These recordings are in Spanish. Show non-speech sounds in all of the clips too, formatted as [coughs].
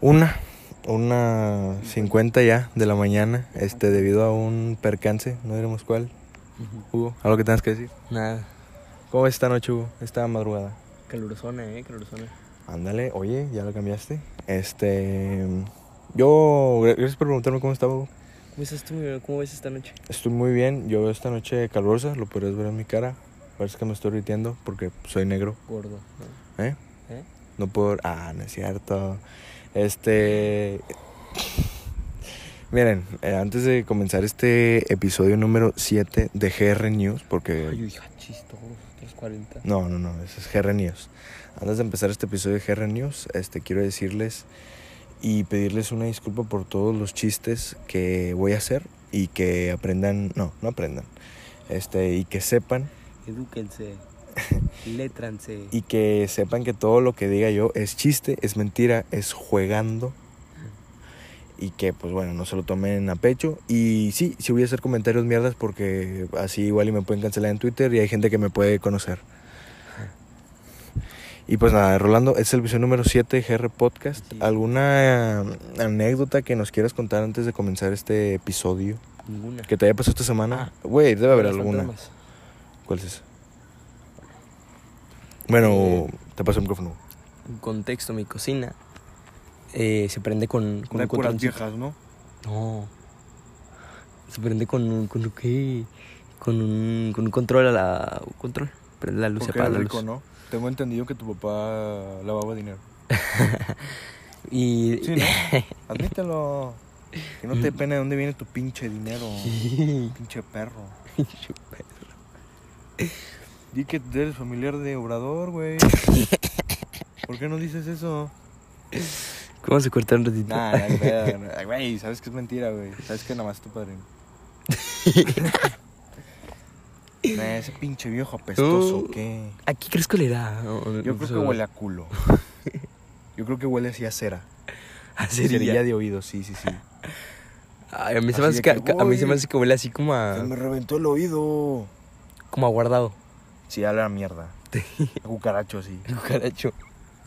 Una, una 50 ya de la mañana, este, debido a un percance, no diremos cuál. Hugo, ¿algo que tengas que decir? Nada. ¿Cómo ves esta noche, Hugo? Esta madrugada. Calurosona, eh, calurosona. Ándale, oye, ya lo cambiaste. Este. Yo. Gracias por preguntarme cómo estaba, Hugo. ¿Cómo estás tú, mi bebé? ¿Cómo ves esta noche? Estoy muy bien. Yo veo esta noche calurosa, lo podrías ver en mi cara. Parece que me estoy irritiando porque soy negro, Gordo. ¿no? ¿eh? ¿Eh? No puedo. Ah, no es cierto. Este. Miren, eh, antes de comenzar este episodio número 7 de GR News, porque. Ay, yo dije, ah, chis, todos los otros 40. No, no, no, eso es GR News. Antes de empezar este episodio de GR News, este, quiero decirles y pedirles una disculpa por todos los chistes que voy a hacer y que aprendan, no, no aprendan, este, y que sepan, [laughs] Edúquense. Letranse. y que sepan que todo lo que diga yo es chiste, es mentira, es jugando. Y que, pues bueno, no se lo tomen a pecho. Y sí, sí voy a hacer comentarios mierdas porque así igual y me pueden cancelar en Twitter y hay gente que me puede conocer. Y pues nada, Rolando, este es el episodio número 7 de GR Podcast. Así es. ¿Alguna eh, anécdota que nos quieras contar antes de comenzar este episodio? Ninguna. ¿Que te haya pasado esta semana? Ah, Güey, debe haber Los alguna. fantasmas. ¿Cuál es esa? Bueno, te paso el micrófono. En contexto, mi cocina eh, se prende con. con un controncito. ¿no? No. Se prende con un. ¿Con un qué? Con un, con un control a la. un control. Prende la luz, se apaga la luz. ¿no? Tengo entendido que tu papá lavaba dinero. [laughs] Y. Sí, ¿no? Admítelo. Que no te pene de dónde viene tu pinche [laughs] dinero. [laughs] pinche perro. Di que eres familiar de Obrador, [laughs] güey. ¿Por qué no dices eso? ¿Cómo se corta un ratito? Nah, nah, pedo, nah, güey, sabes que es mentira, güey. Sabes que nada más es tu [laughs] padrino. Nah, ese pinche viejo apestoso, Uh. ¿qué? [laughs] ¿A qué crees que olerá? No, no, Yo no creo sé. que huele a culo. Yo creo que huele así a cera. [laughs] ¿A cerilla? Cerilla de oído, sí, sí, sí. Ay, a mí se me Así hace de que, que, a mí se me "Uy". hace que huele así como a, Se me reventó el oído. como a [laughs] guardado. Sí, a la [laughs] mierda. A cucaracho, sí. Cucaracho.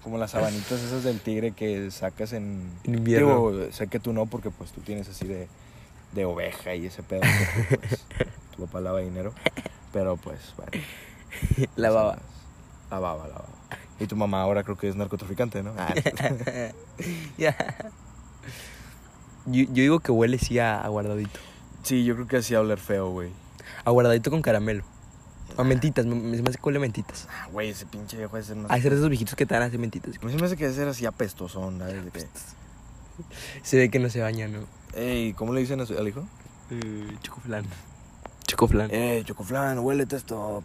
Como las sabanitas esas del tigre que sacas en... En invierno. Digo, sé que tú no, porque pues tú tienes así de, de oveja y ese pedo. porque, [laughs] pues, tu papá lava dinero. Pero pues, bueno. La baba. La baba, la baba. Y tu mamá ahora creo que es narcotraficante, ¿no? Ah, [laughs] Ya. Yo, yo digo que huele sí a, a guardadito. [laughs] sí, yo creo que así hablar feo, güey. A guardadito con caramelo. A mentitas, me, me- se me hace que huele a mentitas. Ah, güey, ese pinche viejo es el más... A hacer esos viejitos que te dan así mentitas. A mí se me hace que ser así apestosón, ¿no? De que, Se ve que no se baña, ¿no? Ey, ¿cómo le dicen a su- al hijo? Eh, chocoflan. Chocoflan. Ey, Eh, Chocoflan, huélete [laughs] esto.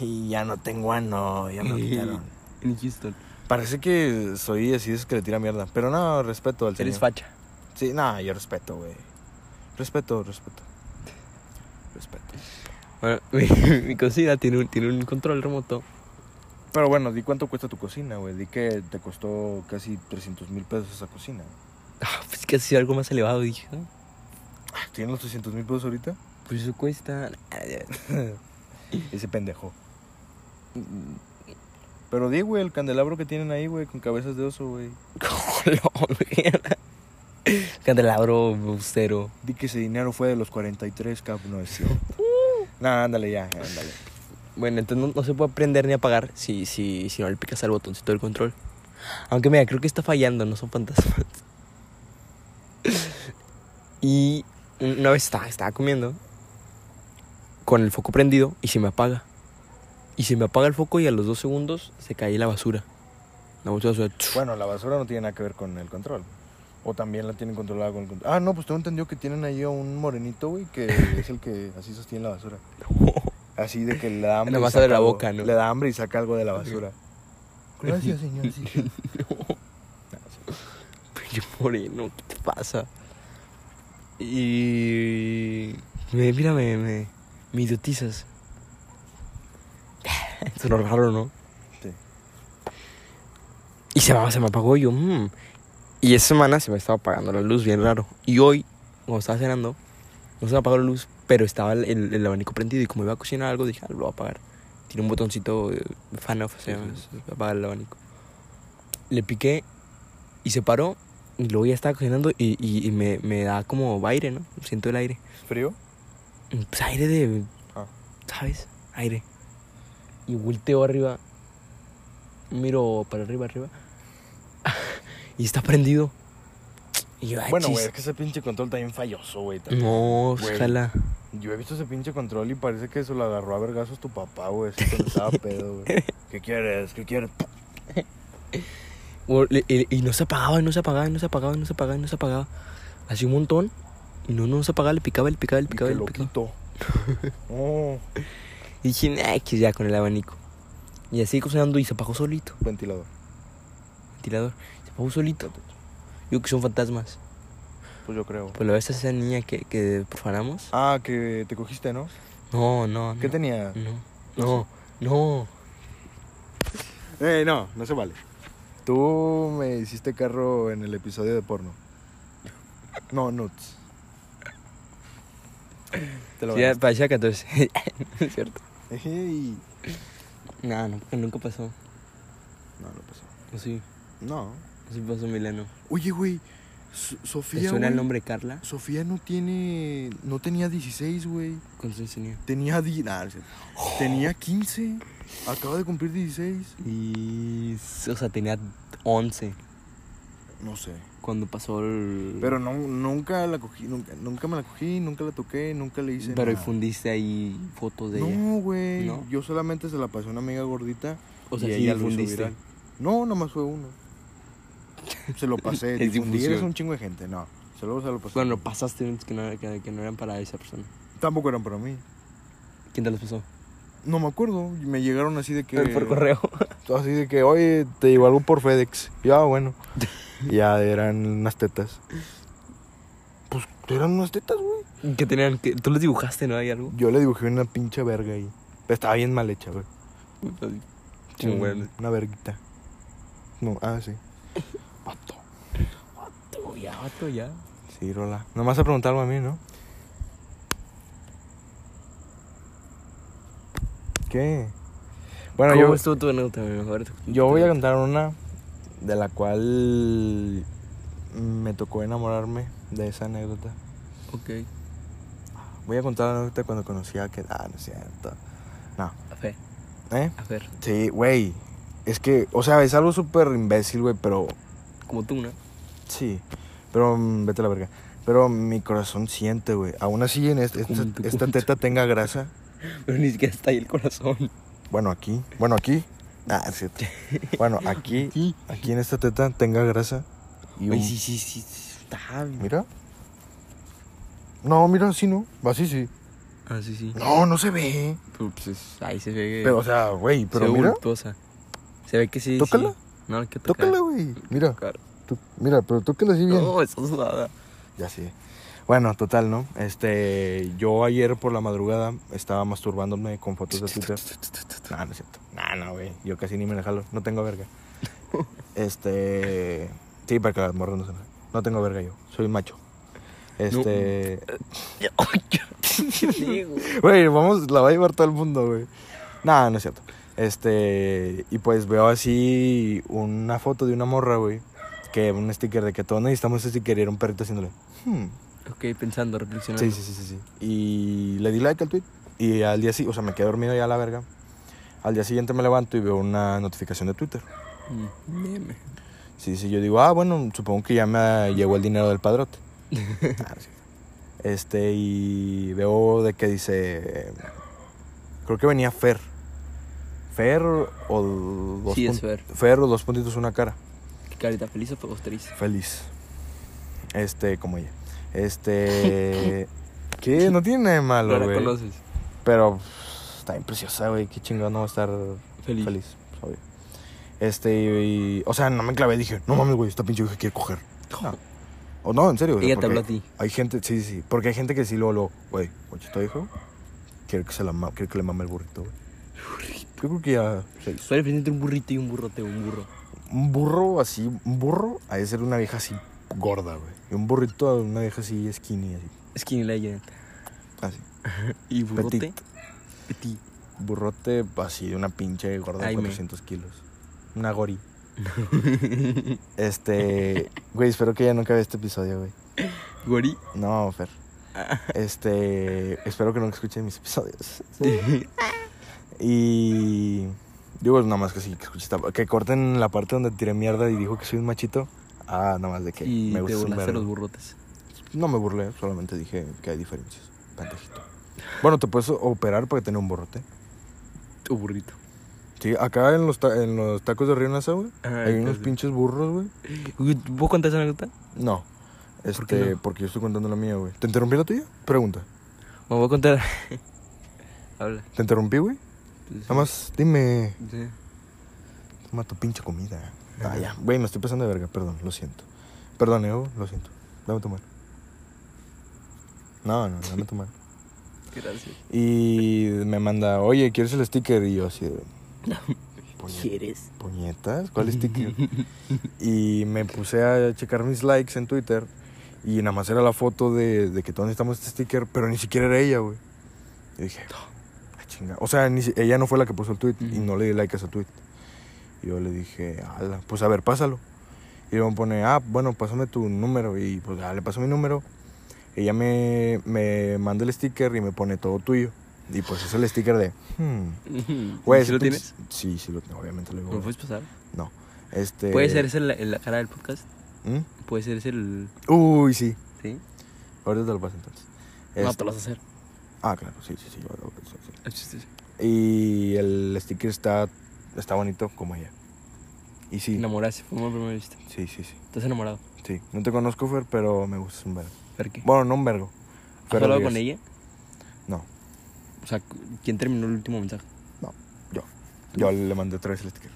Y ya no tengo ano, ya me lo quitaron. Eh, En Houston. Parece que soy así de esos que le tira mierda. Pero no, respeto al Eres señor. facha. Sí, no, yo respeto, güey. Respeto, respeto. Respeto. Bueno, [laughs] mi, mi cocina tiene un, tiene un control remoto. Pero bueno, di cuánto cuesta tu cocina, güey. Di que te costó casi 300 mil pesos esa cocina. Ah, pues que así algo más elevado, dije. ¿no? Ah, ¿Tienes los 300 mil pesos [clears throat] ahorita? Pues eso cuesta. [laughs] Ese pendejo. Pero di, güey, el candelabro que tienen ahí, güey, con cabezas de oso, güey. Color. Candelabro austero. Di que ese dinero fue de los 43, cabrón. No es [laughs] cierto. Uh. Nah, ándale ya, ándale. Bueno, entonces no, no se puede prender ni apagar si, si, si no le picas al botoncito del control. Aunque mira, creo que está fallando, no son fantasmas. [laughs] Y una vez estaba, estaba comiendo con el foco prendido y se me apaga. Y se me apaga el foco y a los dos segundos se cae la basura. La bolsa de basura. Bueno, la basura no tiene nada que ver con el control. O también la tienen controlada con el control. Ah, no, pues tengo entendido que tienen ahí a un morenito, güey, que es el que así sostiene la [laughs] basura. Así de que le da hambre. y Nomás abre saca la algo- boca, ¿no? Le da hambre y saca algo de la [laughs] basura. Gracias, señor. sí, sí. Pinche moreno, ¿qué te pasa? Y. Me, mira, me, me, me idiotizas. [laughs] Sonó raro, ¿no? [laughs] Sí. Y se me, se me apagó y yo. mm. Y esa semana se me estaba apagando la luz, bien raro. Y hoy, cuando estaba cenando, no se me apagó la luz, pero estaba el, el- el abanico prendido. Y como iba a cocinar algo, dije, ah, lo voy a apagar. Tiene un botoncito eh, fan off, se llama, se apaga el abanico. le piqué y se paró. Y luego ya estaba cocinando y, y- y me, me da como aire, ¿no? Siento el aire. ¿Frío? Pues aire de. Ah. ¿Sabes? Aire. Y volteo arriba. Miro para arriba, arriba. [laughs] y está prendido. Y yo, ah, Bueno, chis. güey, es que ese pinche control está bien falloso, güey. también. No, Güey. ojalá. Yo he visto ese pinche control y parece que se lo agarró a vergazos tu papá, güey. Así cuando [laughs] estaba pedo, güey. ¿Qué quieres? ¿Qué quieres? O- le- Y, y no se apagaba, y no se apagaba, y no se apagaba, y no se apagaba, y no se apagaba. Así un montón. Y no, no se apagaba, le picaba, le picaba, le Y picaba, que le lo picaba. quito. [laughs] Oh, Y dije, "Nah, que ya con el abanico. Y así cocinando y se apagó solito. ventilador. Ventilador. Se apagó solito. Yo que son fantasmas. Pues yo creo. Pues la vez esa niña que, que profanamos. Ah, que te cogiste, ¿no? No, no. Mm. ¿Qué no, tenía? No. No, no. Eh, no, no se vale. Tú me hiciste carro en el episodio de porno. No, nuts. Te lo Sí, ya ganaste. parecía [laughs] 14. ¿No es cierto? Ey. No, no, porque nunca pasó. No, no pasó. O sí, No. sí pasó Milano. Oye, güey. So- ¿Te Sofía, suena el güey. nombre Carla? Sofía no tiene... No tenía 16, güey. Con su enseñanza. Tenía... di- nah, no sé. tenía 15. Acaba de cumplir 16. Y. O sea, tenía 11 No sé. cuando pasó el. Pero no, nunca la cogí. Nunca, nunca me la cogí. Nunca la toqué. Nunca le hice Pero nada. fundiste ahí fotos de ella. No, güey. ¿No? Yo solamente se la pasé a una amiga gordita. O sea, y sí ella lo hizo difundiste. viral. No, nomás fue uno. Se lo pasé. [laughs] Es difundir es difusión. un chingo de gente, no. Solo se lo pasé. Bueno, pasaste unos que no, que, que no eran para esa persona. Tampoco eran para mí. ¿Quién te los pasó? No me acuerdo. Me llegaron así de que. [laughs] Por correo. Así de que, oye, te llegó algo por FedEx. Ya, bueno. ya eran unas tetas. Pues eran unas tetas, güey. que tenían. Que, Tú los dibujaste, ¿no? Hay algo. Yo le dibujé una pinche verga ahí. Pero estaba bien mal hecha, güey. Sí, Un- bueno. Una verguita. No, ah, sí. Tú ya, vato, ya. Sí, Rola. Nomás a preguntarme a mí, ¿no? ¿Qué? Bueno, ¿Cómo yo, estuvo tu anécdota? mi Mejor. tu- yo tu- voy a contar una de la cual me tocó enamorarme de esa anécdota. Ok. Voy a contar la anécdota cuando conocí a que... Ah, no es cierto. A ver, ¿Eh? a ver. Sí, güey. Es que, o sea, es algo súper imbécil, güey, pero... Como tú, ¿no? Sí. Pero mm, vete a la verga. Pero mi corazón siente, güey. Aún así, en este- Como esta- tu esta punto. teta tenga grasa. Pero ni siquiera está ahí el corazón. Bueno, aquí. Bueno, aquí. Ah, es [laughs] cierto. Bueno, aquí. Sí. Aquí en esta teta tenga grasa. Y Oye, un- sí, sí, sí. sí, Está. Mira. No, mira, sí, no. Así sí. Ah, sí, sí. No, no se ve. Pero, pues, es- ahí se ve. Pero, o sea, güey, se pero ve mira. voluptuosa. Se ve que sí. sí. Tócala. No, hay que tocar. Tócala, güey. Mira. Tocar. tú- mira, pero tócala así bien. No, está sudada. Ya sí. Bueno, total, ¿no? Este, yo ayer por la madrugada estaba masturbándome con fotos de Twitter. No, no es cierto. No, no, güey. Yo casi ni me la jalo. No tengo verga. Este. Sí, para que las morras no se enojen. No tengo verga yo. Soy macho. Este. ¿Qué [laughs] digo? Güey, vamos, la va a llevar todo el mundo, güey. No, no es cierto. Este. Y pues veo así una foto de una morra, güey. Que un sticker de que todos necesitamos ese sticker y era un perrito haciéndole. Hmm. Ok, pensando, reflexionando. Sí, sí, sí, sí, sí. Y le di like al tweet. Y al día siguiente, o sea, me quedé dormido ya a la verga. Al día siguiente me levanto y veo una notificación de Twitter. Mm, Meme. Sí, sí, yo digo, ah, bueno, supongo que ya me llegó el dinero del [laughs] padrote. Ah, no es cierto. este, y veo de que dice. Creo que venía Fer. Fer o dos Sí, es pun- Fer. o dos puntitos una cara. ¿Qué carita feliz o posteriz? Feliz. Este, como ella. [laughs] Este. ¿Qué? No tiene nada de malo, No la güey. conoces. Pero pff, está bien preciosa, güey. Qué chingón no va a estar feliz. Feliz. pues, obvio. Este, y, o sea, no me clavé. Dije, no mames, güey, esta pinche vieja quiere coger. No. O no, en serio. o sea, Ella te habló a porque ti. Hay gente, sí, sí. Porque hay gente que sí lo lo, güey, oye, ¿está viejo? Quiere que, se la ma- quiere que le mame el burrito, güey. Yo creo que ya se hizo. Suele diferencia entre un burrito y un burrote, un burro. Un burro así, un burro, ha de ser una vieja así gorda, güey. Y un burrito, una vieja así skinny, así. Skinny legend. Así. ¿Y burrote? Petit. Petit. Burrote así de una pinche gorda de Ay, me. [laughs] 400 kilos. Una gori. Este, güey, espero que ella nunca vea este episodio, güey. [laughs] Gori. No, Fer. Este, espero que nunca escuche mis episodios. [laughs] Y digo, nada más que sí, que, escuche esta- que corten la parte donde tiré mierda y dijo que soy un machito. Ah, nada más de que y me te gusta un burlaste vergo. los burrotes. No me burlé, solamente dije que hay diferencias. Pendejito. Bueno, te puedes operar para tener un borrote. Tu burrito. Sí, acá en los, ta- en los tacos de Río Nasa, güey. Ah, Hay unos entonces- pinches burros, güey. Uy, ¿Puedo contar esa anécdota? No. Este, ¿Por qué no? porque yo estoy contando la mía, güey. ¿Te interrumpí la tuya? Pregunta. Me voy a contar. [laughs] Habla. ¿Te interrumpí, güey? Nada más, dime. Sí. Toma tu pinche comida. Ah, ya. Güey, me estoy pasando de verga, perdón, lo siento. Perdón, Evo, lo siento. Dame tu mano. No, no, dame tu mano. Gracias. Y me manda, oye, ¿quieres el sticker? Y yo así de... "Puñe- ¿Quieres? ¿Puñetas? ¿Cuál [laughs] sticker? y me puse a checar mis likes en Twitter y nada más era la foto de, de que todos necesitamos este sticker, pero ni siquiera era ella, güey. Y dije, "Ah, chinga. O sea, ni si- ella no fue la que puso el tweet y Ujú. no le di like a ese tweet. Y yo le dije, "Ala, pues a ver, pásalo. Y luego me pone, ah, bueno, pásame tu número. Y pues ah, le paso mi número. Ella me, me manda el sticker y me pone todo tuyo. Y pues es el sticker de, hmm. ¿Sí ese lo pinche- tienes? Sí, sí, lo, obviamente lo ¿Me digo. lo puedes pasar? No. Este, ¿Puede ser esa la, la cara del podcast? ¿Mm? ¿Puede ser ese el...? Uy, sí. ¿Sí? Ahorita te lo paso entonces. No, Este- te lo vas a hacer. Ah, claro, sí, sí, sí. yo lo- sí, sí. Ah, sí, sí, sí. Y el sticker está, está bonito como ella. Y sí. Enamoraste, fue amor a primera vista. Sí, sí, sí. Estás enamorado. Sí. No te conozco, Fer, pero me gustas un vergo. ¿Por qué? Bueno, no un vergo. ¿Has Pero hablado digas- con ella? No, O sea, ¿quién terminó el último mensaje? no. Yo. Yo le mandé otra vez el sticker.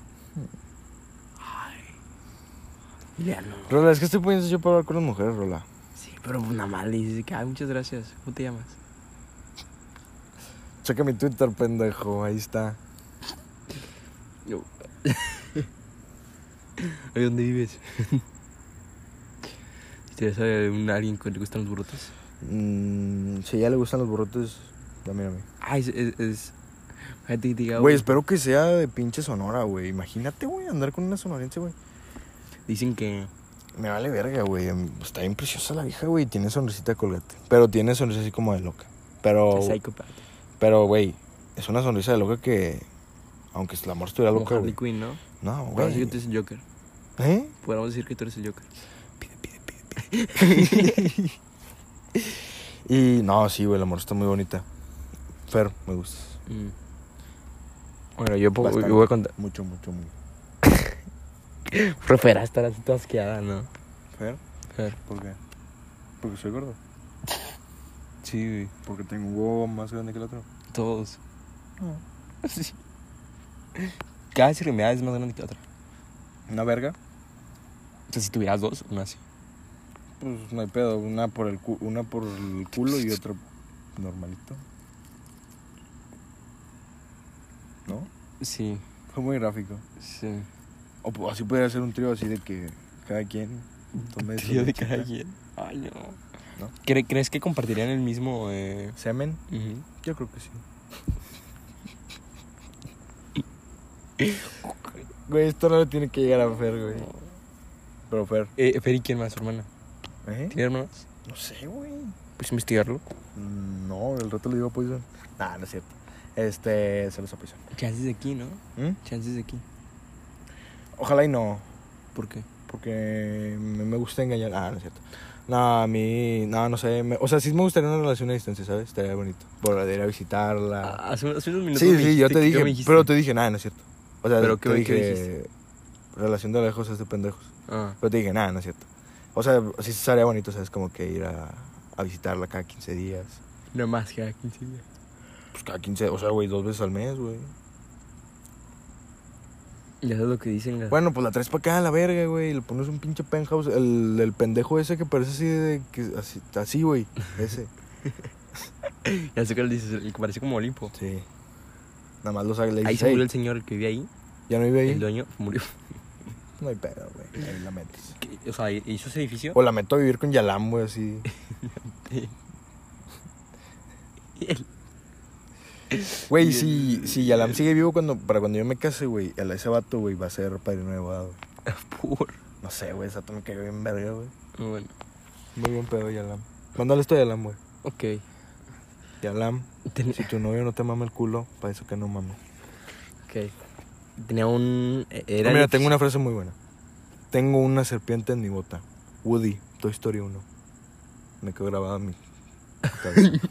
Ya no. Rola, es que estoy poniendo yo para hablar con las mujeres, Rola. Sí, pero nada más le dices que, ay, muchas gracias. ¿Cómo te llamas? Checa mi Twitter, pendejo. Ahí está. Yo. [laughs] ¿Ahí dónde vives? [laughs] ¿Ustedes saben un alguien que le gustan los burrotes? Mm, si a ella le gustan los borrotes, también a mí. Ah, es... es, es... Fíjate que te diga, Güey, güey, espero que sea de pinche Sonora, güey. Imagínate, güey, andar con una sonorense, güey. Dicen que... Me vale verga, güey. Em, Está bien preciosa la vieja, güey. Tiene sonrisita de colgate. Pero tiene sonrisa así como de loca. Pero, es psychopath. pero, güey, es una sonrisa de loca que... Aunque el amor estuviera Como loca, Harley güey. Quinn, ¿no? No, Podemos güey. decir que tú eres el Joker. ¿Eh? Podemos decir que tú eres el Joker. [laughs] Y no, sí, güey, el amor está muy bonita. Fer, me gusta. Mm. Bueno, yo, po- Bastante. yo voy a [laughs] contar... Mucho, mucho, mucho. Preferás estar así toda asqueada, ¿no? ¿Fer? Fer. ¿Por qué? Porque soy [laughs] gordo. Sí, güey. Porque tengo un huevo más grande que el otro. Todos. [laughs] Sí. Cada extremidad es más grande que la otra. ¿Una verga? O sea, si tuvieras dos, una así. Pues no hay pedo, una por el, cu- una por el culo y otra normalito. ¿No? Sí, Fue muy gráfico. sí. O pu- así podría ser un trío así de que cada quien tome su Tío de lechita. cada quien. Ay, no. ¿No? ¿Cre- ¿Crees que compartirían el mismo...? Eh... ¿Semen? ujú? Yo creo [laughs] que sí. Güey, esto no le tiene que llegar a Fer, güey. Pero Fer. Eh, Fer, ¿y quién más, su hermana? ¿Eh? ¿Tiene hermanas? No sé, güey. Pues investigarlo. Mm, No, el rato le digo a Poison. Nah, no es cierto. Este, se los a Poison. Chances de aquí, ¿no? ¿Mm? Chances de aquí. Ojalá y no. ¿Por qué? Porque me me gusta engañar. Ah, no es cierto. No, a mí, no, no sé. me- o sea, sí me gustaría una relación a distancia, ¿sabes? Estaría bonito. Por ir a visitarla. Ah, hace, hace unos minutos sí, me sí, yo te dijiste que- dije. que me dijiste. Pero te dije, nada, no es cierto. O sea, ¿Pero te qué- qué dije, dijiste? relación de lejos es de pendejos. Ah, Pero te dije, nada, no es cierto. O sea, sí estaría bonito, ¿sabes? Como que ir a, a visitarla cada 15 días. no más que a 15 días. Pues cada 15, o sea, güey, dos veces al mes, güey. Ya sabes lo que dicen las... Bueno, pues la traes para acá a la verga, güey. y Le pones un pinche penthouse. El, el pendejo ese que parece así de. Que, así, así, [laughs] güey. Ese. [clears throat] Ya sé que lo dices, el que parece como Olimpo. Sí. Nada más lo saca le Ahí dices, se murió "Ey, el señor el que vivía ahí, Ya no vive el ahí. dueño murió. [laughs] No hay pedo, güey. Ahí la metes. Que- O sea, hizo ese edificio. [laughs] O la meto a vivir con Yalam, güey, así. y él- [laughs] Güey, si, si Yalam sigue vivo cuando, para cuando yo me case, güey, el- ese vato, güey, va a ser padrino de boda, güey. [laughs] Por. No sé, güey, esa me cayó bien verga, güey. Bueno, Muy bien pedo, Yalam. Mándale esto a Yalam, güey. ok. Yalam, Ten- si tu novio no te mama el culo, para eso que no mames. ok. Tenía un. e-, Era Ah, mira, tengo una frase muy buena. Tengo una serpiente en mi bota. Woody, Toy Story 1. Me quedó grabada en mi [laughs] cabeza. [laughs]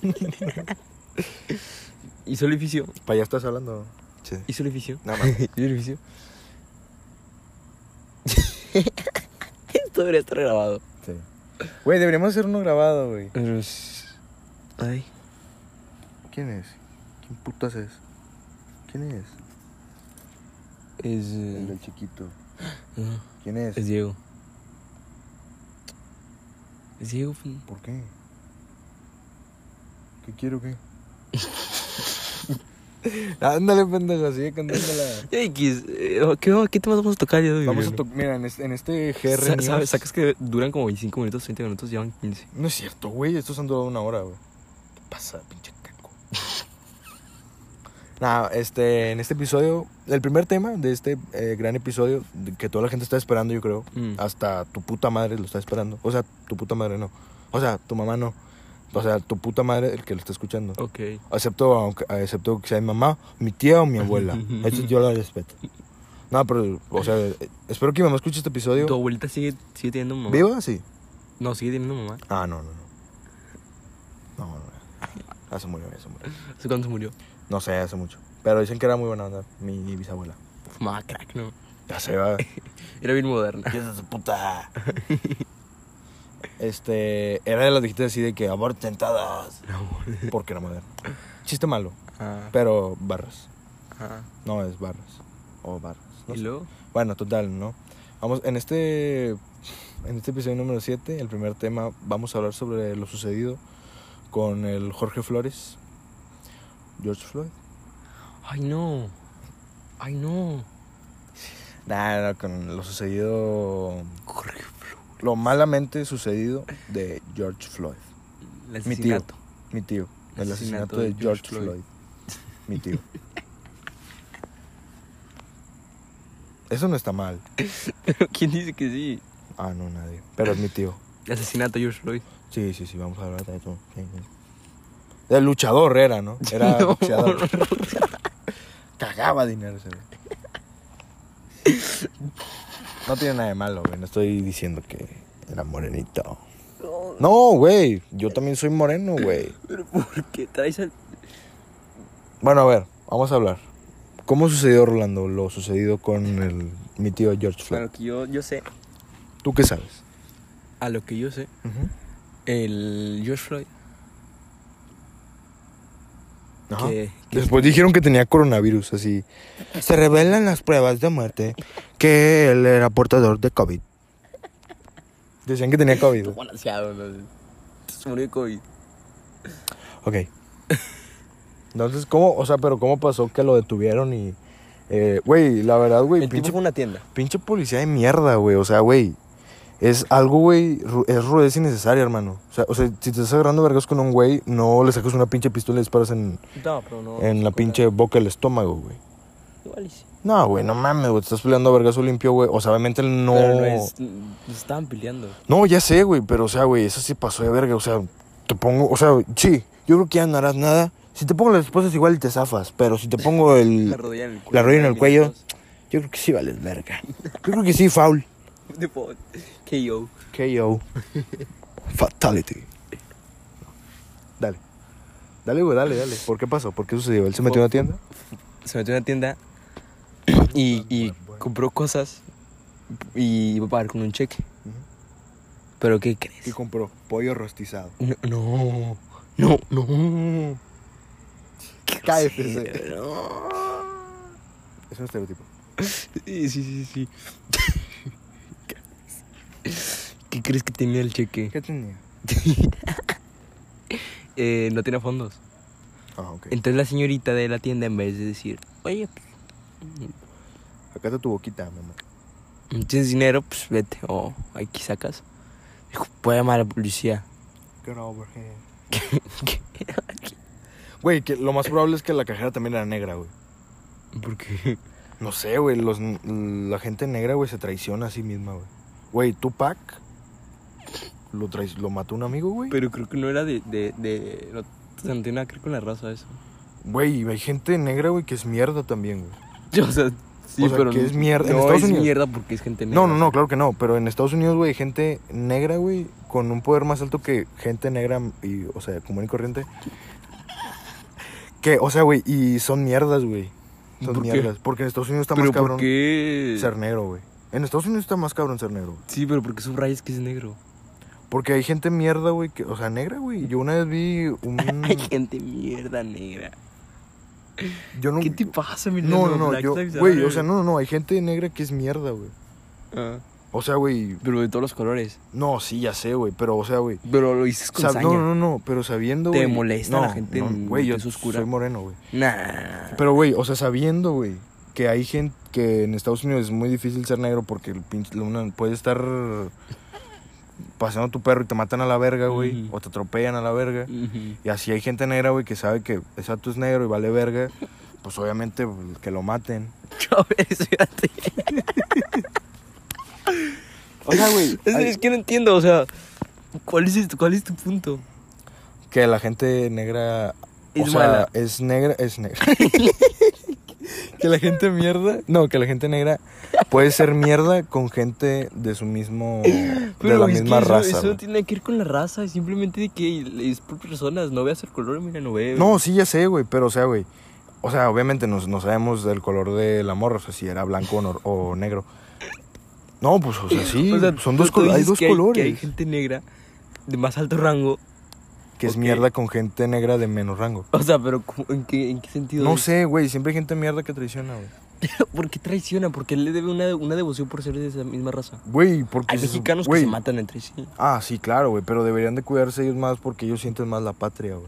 Hizo el edificio. ¿Para allá estás hablando? Sí. Hizo el edificio. [laughs] Nada más. Hizo el edificio. Esto debería estar grabado. [laughs] Sí. Güey, deberíamos hacer uno grabado, güey. Pero es- Ay. ¿Quién es? ¿Quién putas es? ¿Quién es? Es. El eh, del chiquito. no, ¿Quién es? es Diego. Es Diego, fin. ¿Por qué? ¿Qué quiero [laughs] qué? Ándale, pendejo, sigue cantándola. X, eh, ¿qué, ¿qué temas vamos a tocar ya de hoy, Vamos a Gabriel? tocar. Mira, en este, en este GR. Sa- News- ¿Sabes? Sacas que duran como 25 minutos, 30 minutos, llevan 15. No es cierto, güey. Estos han durado una hora, güey. ¿Qué pasa, pinche [laughs] caco? Nada, este, en este episodio, el primer tema de este eh, gran episodio de- que toda la gente está esperando, yo creo. Mm. Hasta tu puta madre lo está esperando. O sea, tu puta madre no. O sea, tu mamá no. O sea, tu puta madre el que lo está escuchando. Ok. Excepto, aunque- excepto que sea mi mamá, mi tía o mi [laughs] abuela. Eso yo la respeto. No, pero, o sea, eh, espero que mi mamá escuche este episodio. ¿Tu abuelita sigue, sigue teniendo mamá? ¿Viva? Sí. No, sigue teniendo mamá. Ah, no, no, no. No, no, no. Ah, se murió, ya se murió. ¿Hace cuándo se murió? No sé, hace mucho. Pero dicen que era muy buena onda, mi bisabuela. Fumaba crack, ¿no? Ya se [laughs] va. [laughs] Era bien [laughs] moderna. Hija de su puta. Este, era de las viejitas así de que aborten todas. No, Porque era moderna. Chiste malo, ah, pero barras. ah. No es barras. O barras. no ¿Y sé. luego? Bueno, total, ¿no? Vamos, en este, en este episodio número 7, el primer tema, vamos a hablar sobre lo sucedido con el Jorge Flores. George Floyd. Ay, no. Ay, no. Nada, con lo sucedido, Corre, lo malamente sucedido de George Floyd. El Mi tío. asesinato. Mi tío. El asesinato, de George Floyd. Mi tío. Eso no está mal. [laughs] ¿Quién dice que sí? Ah, no, nadie. Pero es mi tío. El asesinato de George Floyd. Sí, sí, sí, vamos a hablar de eso. Sí, sí. El luchador era, ¿no? Era No. boxeador. [laughs] Cagaba dinero ese güey. No tiene nada de malo, güey. No estoy diciendo que era morenito. No, güey. Yo también soy moreno, güey. ¿Pero por qué traes al...? Bueno, a ver, vamos a hablar. ¿Cómo sucedió, Rolando, lo sucedido con el, mi tío George Floyd? Claro que yo, yo sé. ¿Tú qué sabes? A lo que yo sé, el George Floyd... Ajá. Que, que- Después dijeron que tenía coronavirus, así. Se revelan las pruebas de muerte que él era portador de COVID. Decían que tenía COVID. Estuvo balanceado, no sé. Se murió de COVID. Ok. Entonces, ¿cómo? O sea, pero ¿cómo pasó que lo detuvieron y... eh, Güey, la verdad, güey, el tipo pinche, fue a una tienda. pinche policía de mierda, güey. O sea, güey, es algo, güey, ru- es rudeza innecesaria, hermano. O sea, o sea, si te estás agarrando vergas con un güey, no le sacas una pinche pistola y le disparas en, No, pero no... en la pinche boca, el estómago, güey. Igual y sí. No, güey, no mames, güey. Te estás peleando a vergazo limpio, güey. O sea, obviamente él no. Pero no es... no Estaban peleando. No, ya sé, güey. Pero, o sea, güey, eso sí pasó de verga. O sea, te pongo. O sea, sí, yo creo que ya no harás nada. Si te pongo las esposas igual y te zafas. Pero si te pongo el. La rodilla en el cuello. [laughs] La rodilla en el cuello. Yo creo que sí vales verga. Yo creo que sí, foul. [laughs] Tipo, KO. [laughs] KO. Fatality. Dale. Dale, güey, dale, dale. ¿Por qué pasó? ¿Por qué sucedió? ¿Él se metió en una tienda? se metió en una tienda y, y compró cosas y iba a pagar con un cheque. ¿Pero qué crees? compró? Pollo rostizado. No, no, no. no. KFC. No. Es un estereotipo. Sí, sí, sí, sí. ¿Qué crees que tenía el cheque? ¿Qué tenía? Eh, no tenía fondos. Ah, ok. Entonces la señorita de la tienda, en vez de decir, oye, Acá está tu boquita, mamá. no tienes dinero, pues vete, o aquí sacas, dijo, puede llamar a la policía. [laughs] Get over here. ¿Qué? Güey, que lo más probable es que la cajera también era negra, güey. ¿Por qué? No sé, güey, los, la gente negra, güey, se traiciona a sí misma, güey. Güey, Tupac lo, trai- lo mató un amigo, güey. Pero creo que no era de. de, de no, o sea, no tiene nada que ver con la raza eso. Güey, hay gente negra, güey, que es mierda también, güey. Yo, [laughs] o sea, sí, O sea, pero. que es mierda. En No Estados es Unidos. mierda porque es gente negra. No, no, no, claro que no. Pero en Estados Unidos, güey, hay gente negra, güey, con un poder más alto que gente negra, y, o sea, común y corriente. Que, o sea, güey, y son mierdas, güey. Son ¿Por qué? mierdas. Porque en Estados Unidos está Pero más cabrón ¿por qué? ser negro, güey. En Estados Unidos está más cabrón ser negro, güey. Sí, pero porque subrayas que es negro. Porque hay gente mierda, güey, que, o sea, negra, güey. Yo una vez vi un... [laughs] Hay gente mierda negra. yo no, ¿Qué te pasa, mi No, neno? no, no, Black yo... Lives Güey, Matter. o sea, no, no, no, hay gente negra que es mierda, güey. Ah, O sea, güey... pero de todos los colores. No, sí, ya sé, güey, pero, o sea, güey... Pero lo dices con Sab- saña. no, no, no, pero sabiendo, Te güey. molesta la gente en güey, yo tez oscura. soy moreno, güey. Nah. Pero, güey, o sea, sabiendo, güey, que hay gente que en Estados Unidos es muy difícil ser negro porque el pinche luna puede estar pasando tu perro y te matan a la verga, güey, Ujú. o te atropellan a la verga. Ujú. [laughs] Y así hay gente negra, güey, que sabe que exacto es negro y vale verga, pues obviamente pues, que lo maten. Chávez, fíjate. O sea, güey, Es, hay- es que no entiendo, o sea, ¿cuál es, esto- cuál es tu punto? que la gente negra o Es sea, mala. es negra, es [laughs] negra. que la gente mierda, no, que la gente negra puede ser mierda con gente de su mismo de la es que misma eso- raza. Eso güey. no tiene que ver con la raza, es simplemente de que es por personas, no veas el color, mira, no veas. No, sí ya sé, güey, pero o sea, güey, o sea, obviamente nos, no sabemos del color de la morra, o sea, si era blanco o, nor- o negro. No, pues o sea, sí, O sea, son tú- dos tú col- hay dices dos que colores, Que que, hay gente negra de más alto rango, [laughs] es ok. mierda con gente negra de menos rango. o sea, pero ¿cómo- ¿en qué, en qué sentido? No es? sé, güey, siempre hay gente mierda que traiciona, güey. [laughs] ¿Por qué traiciona? Porque él le debe una, una devoción por ser de esa misma raza. Güey, porque Hay se sup- mexicanos Pues, güey, que se matan entre sí. Ah, sí, claro, güey, pero deberían de cuidarse ellos más porque ellos sienten más la patria, güey.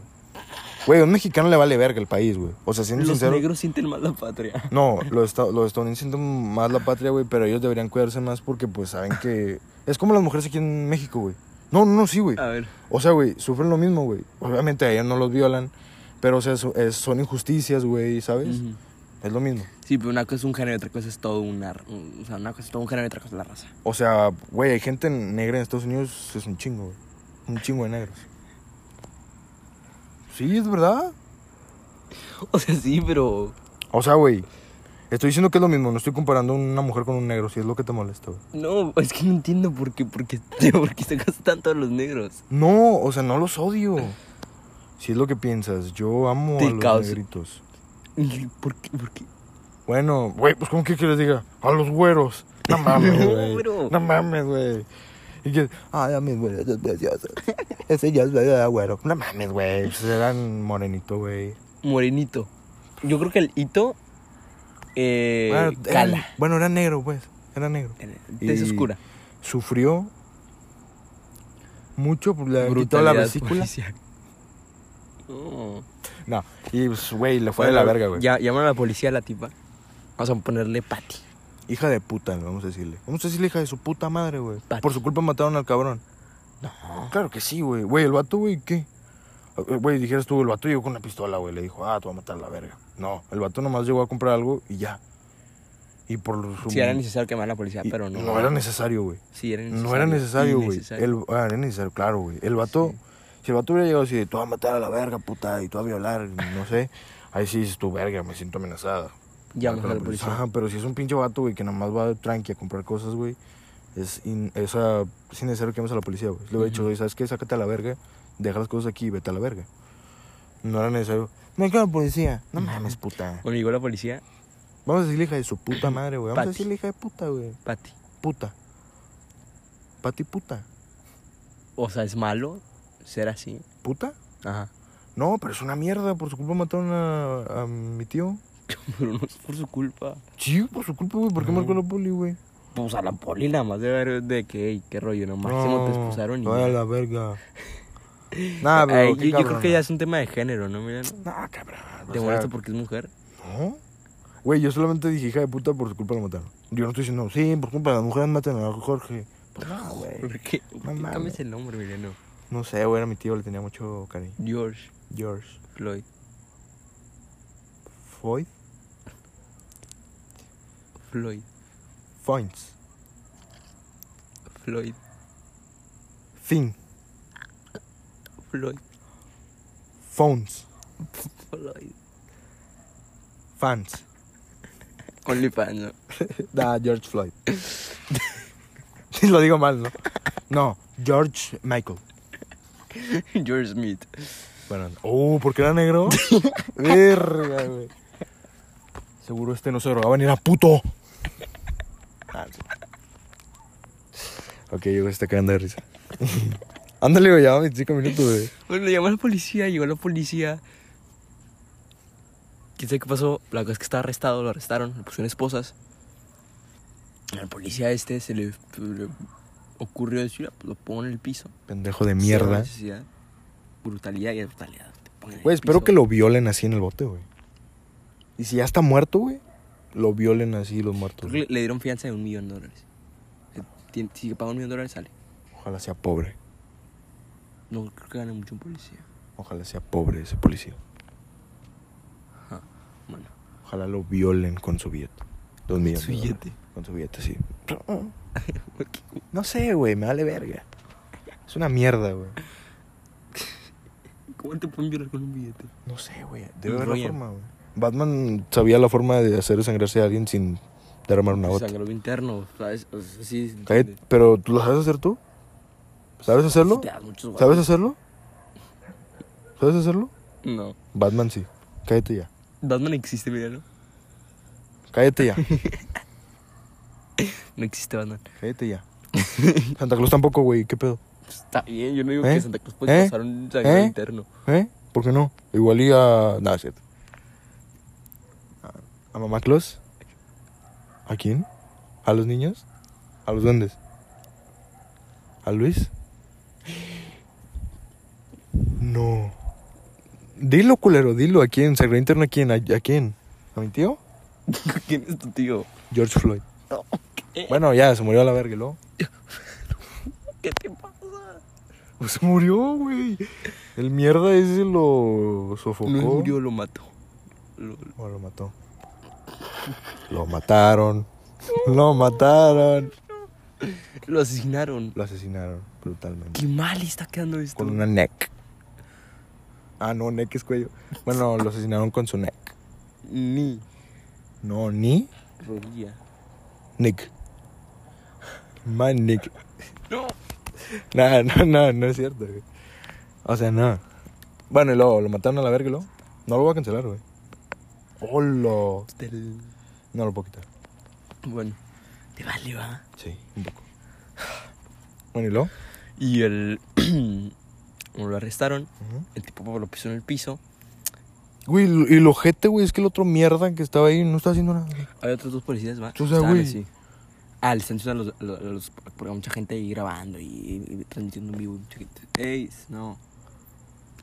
Güey, a un mexicano le vale verga el país, güey. O sea, siendo Los sincero. negros sienten más la patria. No, los, esta- los estadounidenses sienten más la patria, güey, pero ellos deberían cuidarse más porque, pues, saben que. [laughs] Es como las mujeres aquí en México, güey. No, no, no, sí, güey. A ver, O sea, güey, sufren lo mismo, güey. Obviamente a ellas no los violan, pero, o sea, so- es- son injusticias, güey, ¿sabes? ujú. Es lo mismo. sí, pero una cosa es un género, otra cosa es todo una, o sea, una cosa es todo un género, otra cosa es la raza. O sea, güey, hay gente negra en Estados Unidos, es un chingo, güey. Un chingo de negros. Sí, es verdad. [laughs] O sea, sí, pero O sea, güey, estoy diciendo que es lo mismo, no estoy comparando una mujer con un negro, si es lo que te molesta, güey. no, es que no entiendo por qué, por qué, [laughs] por qué sacas tanto a los negros. No, o sea, no los odio. Si es lo que piensas, yo amo Te a los causa- negritos. ¿Por qué? ¿Por qué? Bueno, güey, pues ¿cómo que quieres diga? A los güeros. [laughs] No mames, No, güey. güero. No mames, güey. Y que, ay, a mis güeros son preciosos. Ese ya es verdad, güero. No mames, güey. Pues eran morenito, güey. Morenito. Yo creo que el hito eh, Bueno, era- cala. bueno, era negro, pues. Era negro. Tez y- oscura. Sufrió mucho, pues, le quitó la Brutalidad pues. vesícula. [laughs] policial. No. No, y pues, güey, le fue de la Bueno, verga, güey. Ya, llaman a la policía a la tipa. Vamos a ponerle Patty. Hija de puta, vamos a decirle. Vamos a decirle hija de su puta madre, güey. Pati. Por su culpa mataron al cabrón. No. Claro que sí, güey. Güey, el vato, güey, ¿qué? Eh, Güey, dijeras tú, el vato llegó con una pistola, güey. Le dijo, ah, te voy a matar la verga. No, el vato nomás llegó a comprar algo y ya. Y por su... Si era necesario quemar a la policía, y- pero no. No era necesario, güey. Sí, era necesario. No era necesario, güey. Innecesario. El... ah, era necesario, claro, güey. El vato... Sí. Si el vato hubiera llegado así, de, te voy a matar a la verga, puta, y te voy a violar, no sé. Ahí sí dices tú, verga, me siento amenazada. Llamas a Pero, [laughs] la pues, policía. Ajá, pero si es un pinche vato, güey, que nomás va tranqui a comprar cosas, güey. Es, in- es, ah, es innecesario que llames a la policía, güey. Le hubiera dicho, güey, ¿sabes qué? Sácate a la verga, deja las cosas aquí y vete a la verga. No era necesario. Me quedo la policía. No mames, puta. Cuando llegó la policía, Vamos a decirle hija de su puta madre, güey. Vamos a Pati. decirle hija de puta, güey. Patty. Puta. Pati puta. O sea, es malo ser así. ¿Puta? Ajá. No, pero es una mierda. Por su culpa mataron a, a mi tío. [laughs] Pero no es por su culpa. Sí, por su culpa, güey. ¿Por qué marcó la poli, güey? Pues a la poli nada más de ver de que, ey, qué rollo, no máximo te expulsaron y. Vaya ya. la verga. Nada, pero. Ay, qué yo, yo creo cabrón. que ya es un tema de género, ¿no? Mira, ¿no? No, cabrón. o te sea, molesta porque es mujer. No. Güey, yo solamente dije hija de puta por su culpa lo mataron. Yo no estoy diciendo, sí, por culpa de las mujeres matan a Jorge. Pues no, [laughs] güey. ¿Por qué? ¿Por qué mames. cambias el nombre, Mileno? No sé, güey, era mi tío, le tenía mucho cariño. George George Floyd. Floyd. Floyd. Foints. Floyd. Fin. Floyd. Phones. Floyd. Fans. OnlyFans, ¿no? [laughs] Da George Floyd. [laughs] Lo digo mal, ¿no? No, George Michael. George Smith. Bueno, oh, ¿por qué era negro? Verga, güey. Seguro este no se drogaba ni era puto. Ah, sí. ok, yo está cagando de risa. [laughs] Ándale, güey, ya 25 minutos, güey. Bueno, llamó a la policía, llegó la policía. ¿Quién sabe qué pasó? La cosa es que estaba arrestado, lo arrestaron, le pusieron esposas. Al policía este se le, le ocurrió decir, "Ah, pues lo pongo en el piso. Pendejo de Cero mierda. necesidad. Brutalidad y brutalidad. Te pongo en el Güey, espero piso. que lo violen así en el bote, güey. Y si ya está muerto, güey, lo violen así los muertos. Creo güey. que le- le dieron fianza de un millón de dólares. Que tien- Si paga un millón de dólares, sale. Ojalá sea pobre. No creo que gane mucho un policía. Ojalá sea pobre ese policía. Bueno, Ojalá lo violen con su billete. Dos millones. su de dólares. billete. Con su billete, sí. ¿Por qué? No sé, güey, me vale verga. Es una mierda, güey. ¿Cómo te pueden violar con un billete? No sé, güey. Lo Debe haber la enrollan. forma, güey. Batman sabía la forma de hacer desangrarse a alguien sin derramar una gota. Sangrado interno, ¿sabes? O sea, sí, se Cállate, entiende. pero ¿tú lo sabes hacer tú? ¿Sabes hacerlo? Sí te das muchos ¿Sabes golpes. hacerlo? ¿Sabes hacerlo? No. Batman sí. Cállate ya. Batman existe, mira, ¿no? Cállate [laughs] ya. No existe Batman. Cállate ya. Santa Claus tampoco, güey. ¿Qué pedo? Está bien, yo no digo ¿Eh? que Santa Cruz puede ¿Eh? causar un sangrado ¿Eh? interno. [laughs] ¿Eh? ¿Por qué no? Igual y a... Nada, es cierto. A- ¿A mamá Claus? ¿A quién? ¿A los niños? ¿A los duendes? ¿A Luis? No. Dilo, culero, dilo. ¿A quién? ¿Sagrado interno a quién? ¿A, a quién? ¿A mi tío? ¿Quién es tu tío? George Floyd. No, ¿qué? Bueno, ya, se murió a la verga, ¿y luego? [laughs] ¿Qué te pasa? Pues se murió, güey. El mierda ese lo sofocó. No murió, lo mató. Lo- O lo mató. Lo mataron. Lo mataron. lo asesinaron. Lo asesinaron brutalmente. Qué mal está quedando esto. Con una neck. Ah, no, neck es cuello. Bueno, lo asesinaron con su neck. Ni No, ni rodilla. Nick. My Nick. No. No, no, no, no es cierto, güey. O sea, no. Bueno, y luego lo mataron a la verga, y luego. No lo voy a cancelar, güey. Hola. Del... No lo puedo quitar. Bueno. Te vale, va. Sí, un poco. Bueno, y luego. Y el... [clears throat] Como lo arrestaron, Ujú. el tipo lo pisó en el piso. Güey, lo- y el ojete, güey, es que el otro mierda que estaba ahí no estaba haciendo nada. Hay otros dos policías más. O sea, güey. Sí. Ah, le están diciendo a los, a los- a los- Porque hay mucha gente ahí grabando y, y transmitiendo en vivo. Mucha gente. Ey, no.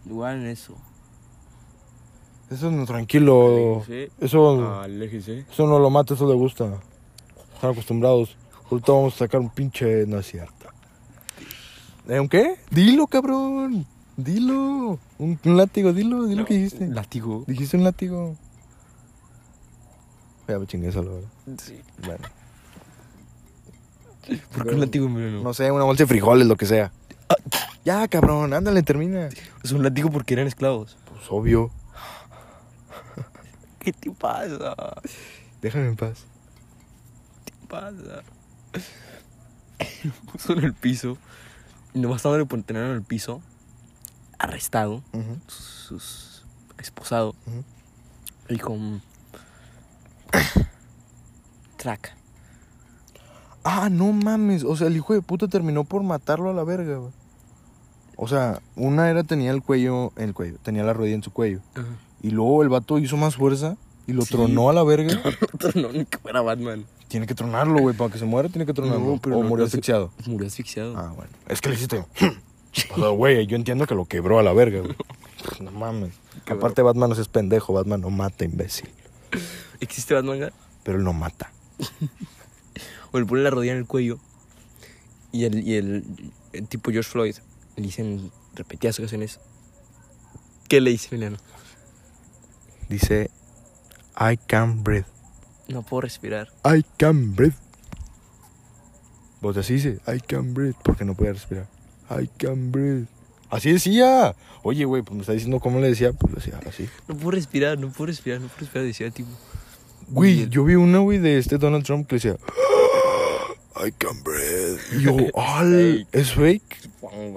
Igual en eso. Eso no, tranquilo. Aléjese. Eso, Aléjese. eso no lo mata, eso le gusta. Están acostumbrados. Ahorita vamos a sacar un pinche. No es cierto. ¿Eh, ¿Un qué? Dilo, cabrón. Dilo. Un, un látigo, dilo, dilo que dijiste. Látigo. Dijiste un látigo. Ya me chingué eso, la verdad. Sí. Bueno. ¿Por qué un látigo, mira, no? No sé, una bolsa de frijoles, lo que sea. Ah, Ya, cabrón, ándale, termina. Es un látigo porque eran esclavos. Pues obvio. ¿Qué te pasa? Déjame en paz. pasa? [laughs] Lo puso en el piso. Y nomás estaba por tener en el piso. Arrestado. Ujú, Sus, sus- esposado. ujú. Y con. [coughs] [coughs] Track. Ah, no mames. O sea, el hijo de puta terminó por matarlo a la verga, güey. O sea, una era tenía el cuello, el cuello, tenía la rodilla en su cuello. Y luego el vato hizo más fuerza y lo Sí. tronó a la verga. Otro no, ni que fuera Batman. tiene que tronarlo, güey. Para que se muera, tiene que tronarlo. No, pero o no, murió no sé. asfixiado. Murió asfixiado. Ah, bueno. Es que le hiciste. "Hmm". o sea, güey, yo entiendo que lo quebró a la verga, güey. Pues, No mames. Quebró. Aparte, Batman no es pendejo. Batman no mata, imbécil. ¿Existe Batman? acá? Pero él no mata. O le pone la rodilla en el cuello. Y el, y el, el tipo George Floyd le dicen repetidas ocasiones. ¿Qué le dicen, Eliano? Dice, I can breathe. No puedo respirar. I can breathe. Vos eh. así dices, I can breathe, porque no podía respirar. I can breathe. Así decía. Oye, güey, pues me está diciendo cómo le decía, pues lo decía así. No puedo respirar, no puedo respirar, no puedo respirar. Decía el tipo. Güey, Bien. yo vi una, güey, de este Donald Trump que le decía, "Ah, I can breathe. Y [laughs] yo, al, ¿es fake?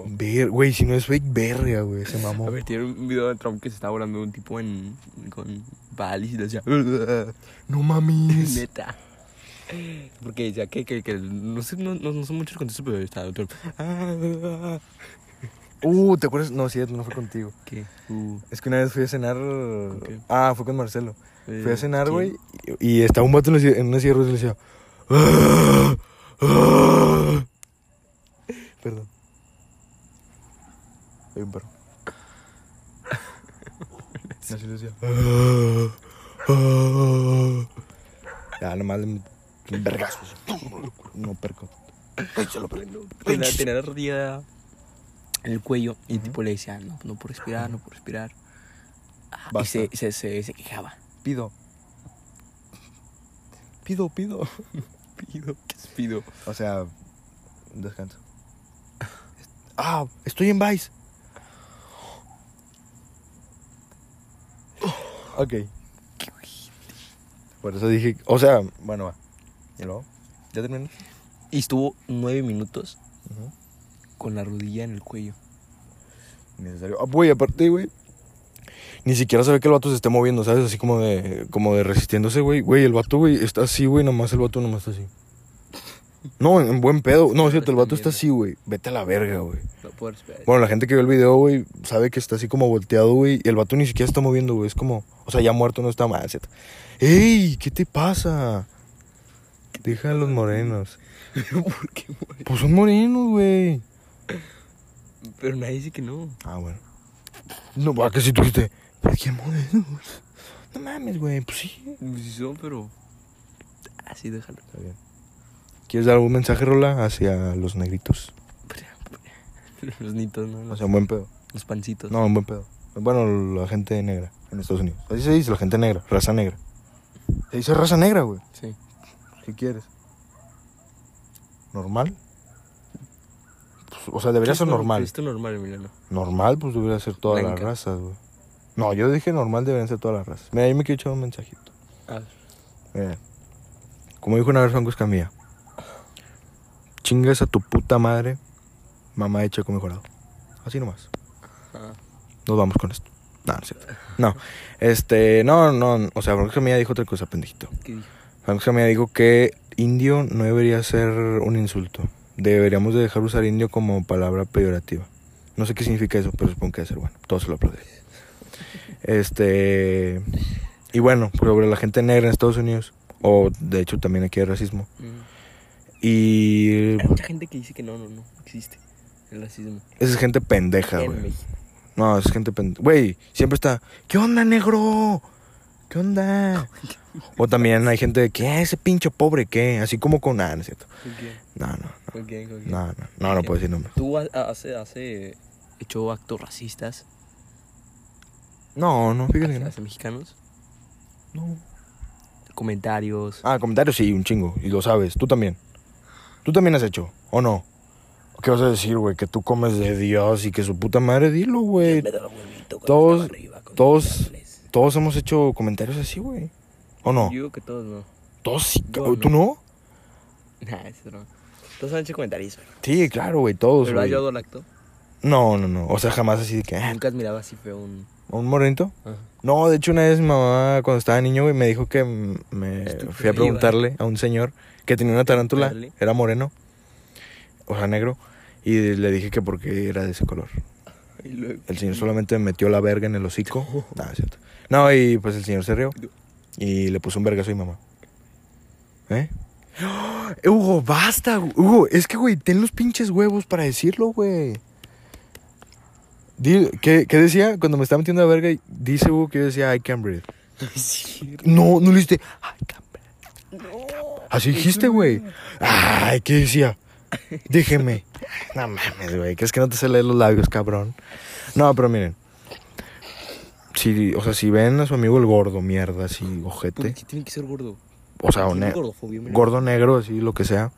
Ver, güey, si no es fake, verga, güey, se mamó. A ver, tiene un video de Trump que se estaba volando un tipo en. con balis y le decía. Neta. [laughs] No [laughs] [laughs] mames. Porque decía que, que, que no sé, no, no, no sé mucho el contexto, pero estaba Trump. Ah, Uh, ¿te acuerdas? No, cierto, no fue contigo. ¿Qué? Uh, Es que una vez fui a cenar. qué? Ah, fue con Marcelo. Fui eh, a cenar, ¿quién? güey, Este, y, y estaba un vato en la silla- en una silla de ruedas y le decía. "Ah, ah". Perdón. Hay [laughs] un perro. Y Así le decía. "Ah, ah". Ya, nomás le metí un vergazo. así, pum, No perco. Tenía, [laughs] tenía la rodilla en el cuello y el tipo le decía, no, no puedo respirar, no puedo respirar. Ah, y Basta. se, se, se, se quejaba. Pido. Pido, pido. Pido, ¿qué es pido? O sea, un descanso. Ah, estoy en Vice. Ok. Por eso dije, o sea, bueno, va. ¿Y luego? ¿Ya terminé? Y estuvo nueve minutos con la rodilla en el cuello. Necesario. Ah, güey, aparte, güey. Ni siquiera se ve que el vato se esté moviendo, ¿sabes? Así como de, como de resistiéndose, güey. Güey, el vato, güey, está así, güey. Nomás el vato nomás está así. No, en, en buen pedo. No, es cierto, el vato está así, güey. Vete a la verga, güey. No puedo respirar. Bueno, la gente que vio el video, güey, sabe que está así como volteado, güey. Y el vato ni siquiera está moviendo, güey. Es como, o sea, ya muerto no está más. ¡Ey! ¿Qué te pasa? Deja a los morenos. [laughs] ¿Por qué, güey? Pues son morenos, güey. Pero nadie dice que no. Ah, bueno. No, va, que si tú dijiste, ¿por qué "Pues morenos? No mames, güey, pues sí. Pues sí son, pero. Así déjalo. [laughs] Está bien. ¿Quieres dar algún mensaje, Rola, hacia los negritos? Los nitos, ¿no? O Los, sea, un buen pedo. los pancitos. No, un buen pedo. Bueno, la gente negra en Estados Unidos. Así se dice, la gente negra, raza negra. Se dice raza negra, güey. Sí. ¿Qué quieres? ¿Normal? Pues, o sea, debería ser Esto- normal. Esto normal, Emiliano. Normal, pues debería ser todas las Blanca. razas, güey. No, yo dije normal deberían ser todas las razas. Mira, ahí me quiero echar un mensajito. Ah, Mira. Como dijo una vez Franco Escamilla. Chingas a tu puta madre, mamá de Checo mejorado. Así nomás. ah. Nos vamos con esto. No, no es cierto. No. Este, no, no. O sea, Franco Escamilla dijo otra cosa, pendejito. ¿Qué dijo? Franco Escamilla dijo que indio no debería ser un insulto. Deberíamos de dejar usar indio como palabra peyorativa. No sé qué significa eso, pero supongo que debe ser bueno. Todos se lo aplauden. Este. Y bueno, pues sobre la gente negra en Estados Unidos, o de hecho también aquí hay racismo. Mm. Y. Hay mucha gente que dice que no, no, no existe el racismo. Esa es gente pendeja, en güey. México. No, es gente pendeja. Güey, siempre está. ¿Qué onda, negro? ¿Qué [laughs] onda? O también hay gente de. ¿Qué? Ese pinche pobre, ¿qué? Así como con. Ah, no es cierto. ¿Con quién? No, no. ¿Con quién? ¿Con quién? No, no, no, no puedo decir nombre. ¿Tú ha- ha- hace, hace hecho actos racistas No, no, fíjate que hacia, no. hacia mexicanos? No. Comentarios. Ah, comentarios sí, un chingo. Y lo sabes, tú también. Tú también has hecho, ¿o no? ¿Qué vas a decir, güey? Que tú comes de Dios y que su puta madre, dilo, güey. Me da huevito cuando Todos, estaba arriba con los todos, frijoles. todos hemos hecho comentarios así, güey. ¿O no? Yo digo que todos no. [laughs] Todos sí, Yo cabrón. ¿Tú no? Nah, eso no. Todos han hecho comentarios. güey. Sí, claro, güey, todos, Pero ha güey. llegado el acto. No, no, no. O sea, jamás así de que... ah, Nunca has mirado así feo un. ¿Un morenito? No, de hecho una vez mi mamá cuando estaba niño, güey, me dijo que mm, me Estúpido, fui a preguntarle a un señor que tenía una tarántula, Dale. era moreno, o sea, negro, y le dije que porque era de ese color. Y luego. El señor solamente me metió la verga en el hocico. No, es cierto. No, y pues el señor se rió y le puso un vergazo a mi mamá. ¿Eh? ¡Ah! Hugo, basta, güey. Hugo, es que, güey, ten los pinches huevos para decirlo, güey. Di- ¿Qué, ¿Qué decía cuando me estaba metiendo la verga? y Dice Hugo que yo decía, I can breathe. [laughs] Sí. No, no le dijiste. "Ay, campeón". No. Así dijiste, güey. Ay, ¿qué decía? Déjeme. No mames, güey. ¿Crees que no te sé leer los labios, cabrón? No, pero miren. Si, o sea, si ven a su amigo el gordo, mierda, así, ¿Por ojete. qué tiene que ser gordo? o sea, un Tiene ne- gordofobia, mira. gordo negro, así lo que sea.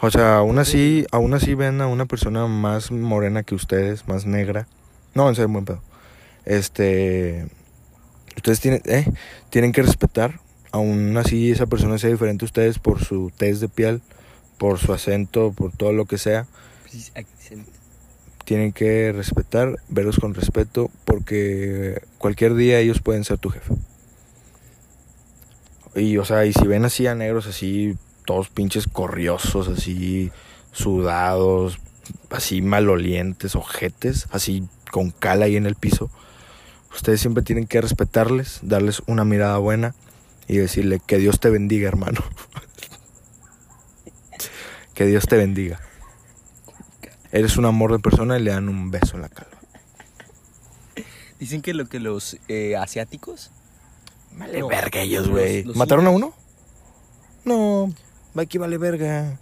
O sea, aún así, aún así ven a una persona más morena que ustedes, más negra. No, en serio, buen pedo. Este, ustedes tienen, eh, tienen que respetar. Aún así, esa persona sea diferente a ustedes por su tez de piel, por su acento, por todo lo que sea. Pues, accent. Tienen que respetar, verlos con respeto, porque cualquier día ellos pueden ser tu jefe. Y, o sea, y si ven así a negros así, todos pinches corriosos, así, sudados, así malolientes, ojetes, así con cal ahí en el piso, ustedes siempre tienen que respetarles, darles una mirada buena y decirle que Dios te bendiga, hermano. [laughs] que Dios te bendiga. Eres un amor de persona y le dan un beso en la calva. Dicen que lo que los eh, asiáticos. Vale No, verga ellos, los- güey. los ¿Mataron a uno? No, va aquí vale verga.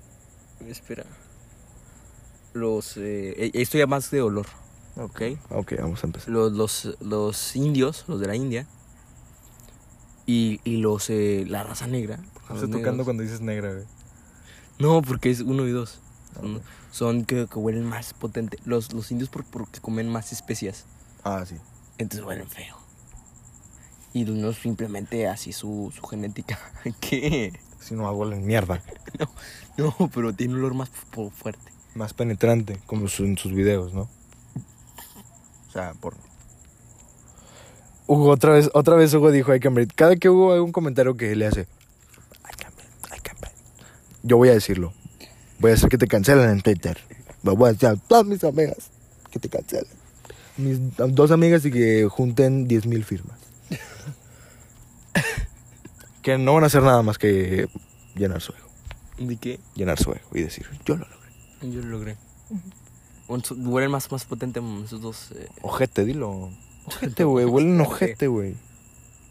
Espera. Los. eh, eh, esto ya más de olor. Ok. Ok, vamos a empezar. Los, los, los indios, los de la India. Y, y los. eh, la raza negra. No los estoy tocando negros. cuando dices negra, güey. No, porque es uno y dos. Son, ok. son que, que huelen más potente. Los, los indios por- porque comen más especias. Ah, sí. Entonces huelen feo. Y no es simplemente así su, su genética. [laughs] ¿Qué? Si no hago la mierda. No, pero tiene un olor más fu- fuerte. Más penetrante, como su- en sus videos, ¿no? O sea, por... Hugo, otra vez, otra vez Hugo dijo I can breathe. Cada que Hugo haga un comentario que le hace I can breathe, I can breathe", Yo voy a decirlo. Voy a hacer que te cancelen en Twitter. Lo voy a decir a todas mis amigas que te cancelen. Mis dos amigas y que junten 10.000 firmas. [laughs] que no van a hacer nada más que llenar su ego. ¿De qué? Llenar su ego y decir, yo lo logré. Yo lo logré. Bueno, so- Huelen más, más potente mm, esos dos. eh, Ojete, dilo. Ojete, güey. Huelen ojete, güey.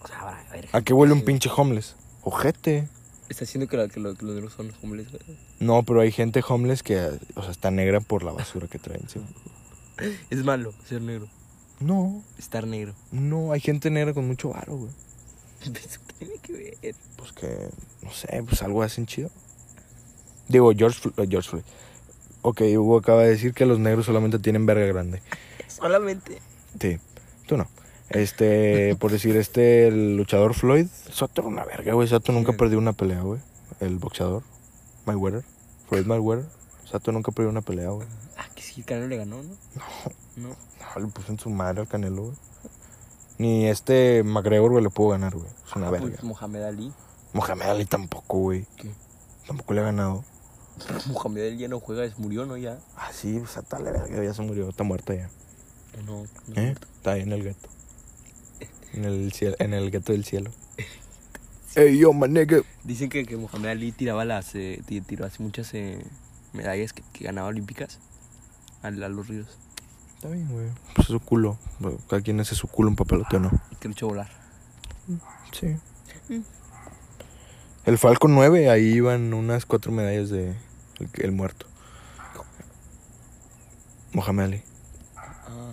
o sea, habrá- a ver. Eh, ¿A qué huele un pinche homeless? Ojete. Está diciendo que, la- que lo- que los negros son los hombres. ¿verdad? No, pero hay gente homeless que, o sea, está negra por la basura que traen encima. [laughs] Es malo ser negro. No, Estar negro. [laughs] no, hay gente negra con mucho varo, güey. Eso tiene que ver. Pues que, no sé, pues algo hacen chido. Digo, George, Flo- eh, George Floyd. Ok, Hugo acaba de decir que los negros solamente tienen verga grande. Solamente. Sí, tú no. Este, [laughs] por decir, este, el luchador Floyd, Soto era una verga, güey. Soto nunca Sí. perdió una pelea, güey. El boxeador, Mayweather, [laughs] Floyd Mayweather. Soto nunca perdió una pelea, güey. Ah, que sí, el Canelo le ganó, ¿no? No. No. No, le puso en su madre al Canelo, güey. Ni este McGregor, güey, le pudo ganar, güey. Es una Ah, verga. pues, Mohamed Ali. [laughs] Mohamed Ali tampoco, güey. ¿Qué? Tampoco le ha ganado. Mohamed Ali ya no juega, es murió, ¿no? Ya. Ah, sí, o sea, tal verga, ya se murió, está muerta ya. No, no. ¿Eh? Está ahí en el [laughs] gueto. En el cielo, en el gueto del [laughs] cielo. Ey, yo, my nigga. Dicen que, que Mohamed Ali tiraba las. eh, ti- tiró así muchas eh, medallas que, que ganaba olímpicas a, a los ríos. Está bien, güey. Pues es su culo. Bueno, Cada quien hace su culo un papelote o no. Y que lo echó a volar. Sí. El Falcon 9, ahí iban unas cuatro medallas de el, el muerto. Mohamed Ali. Ah.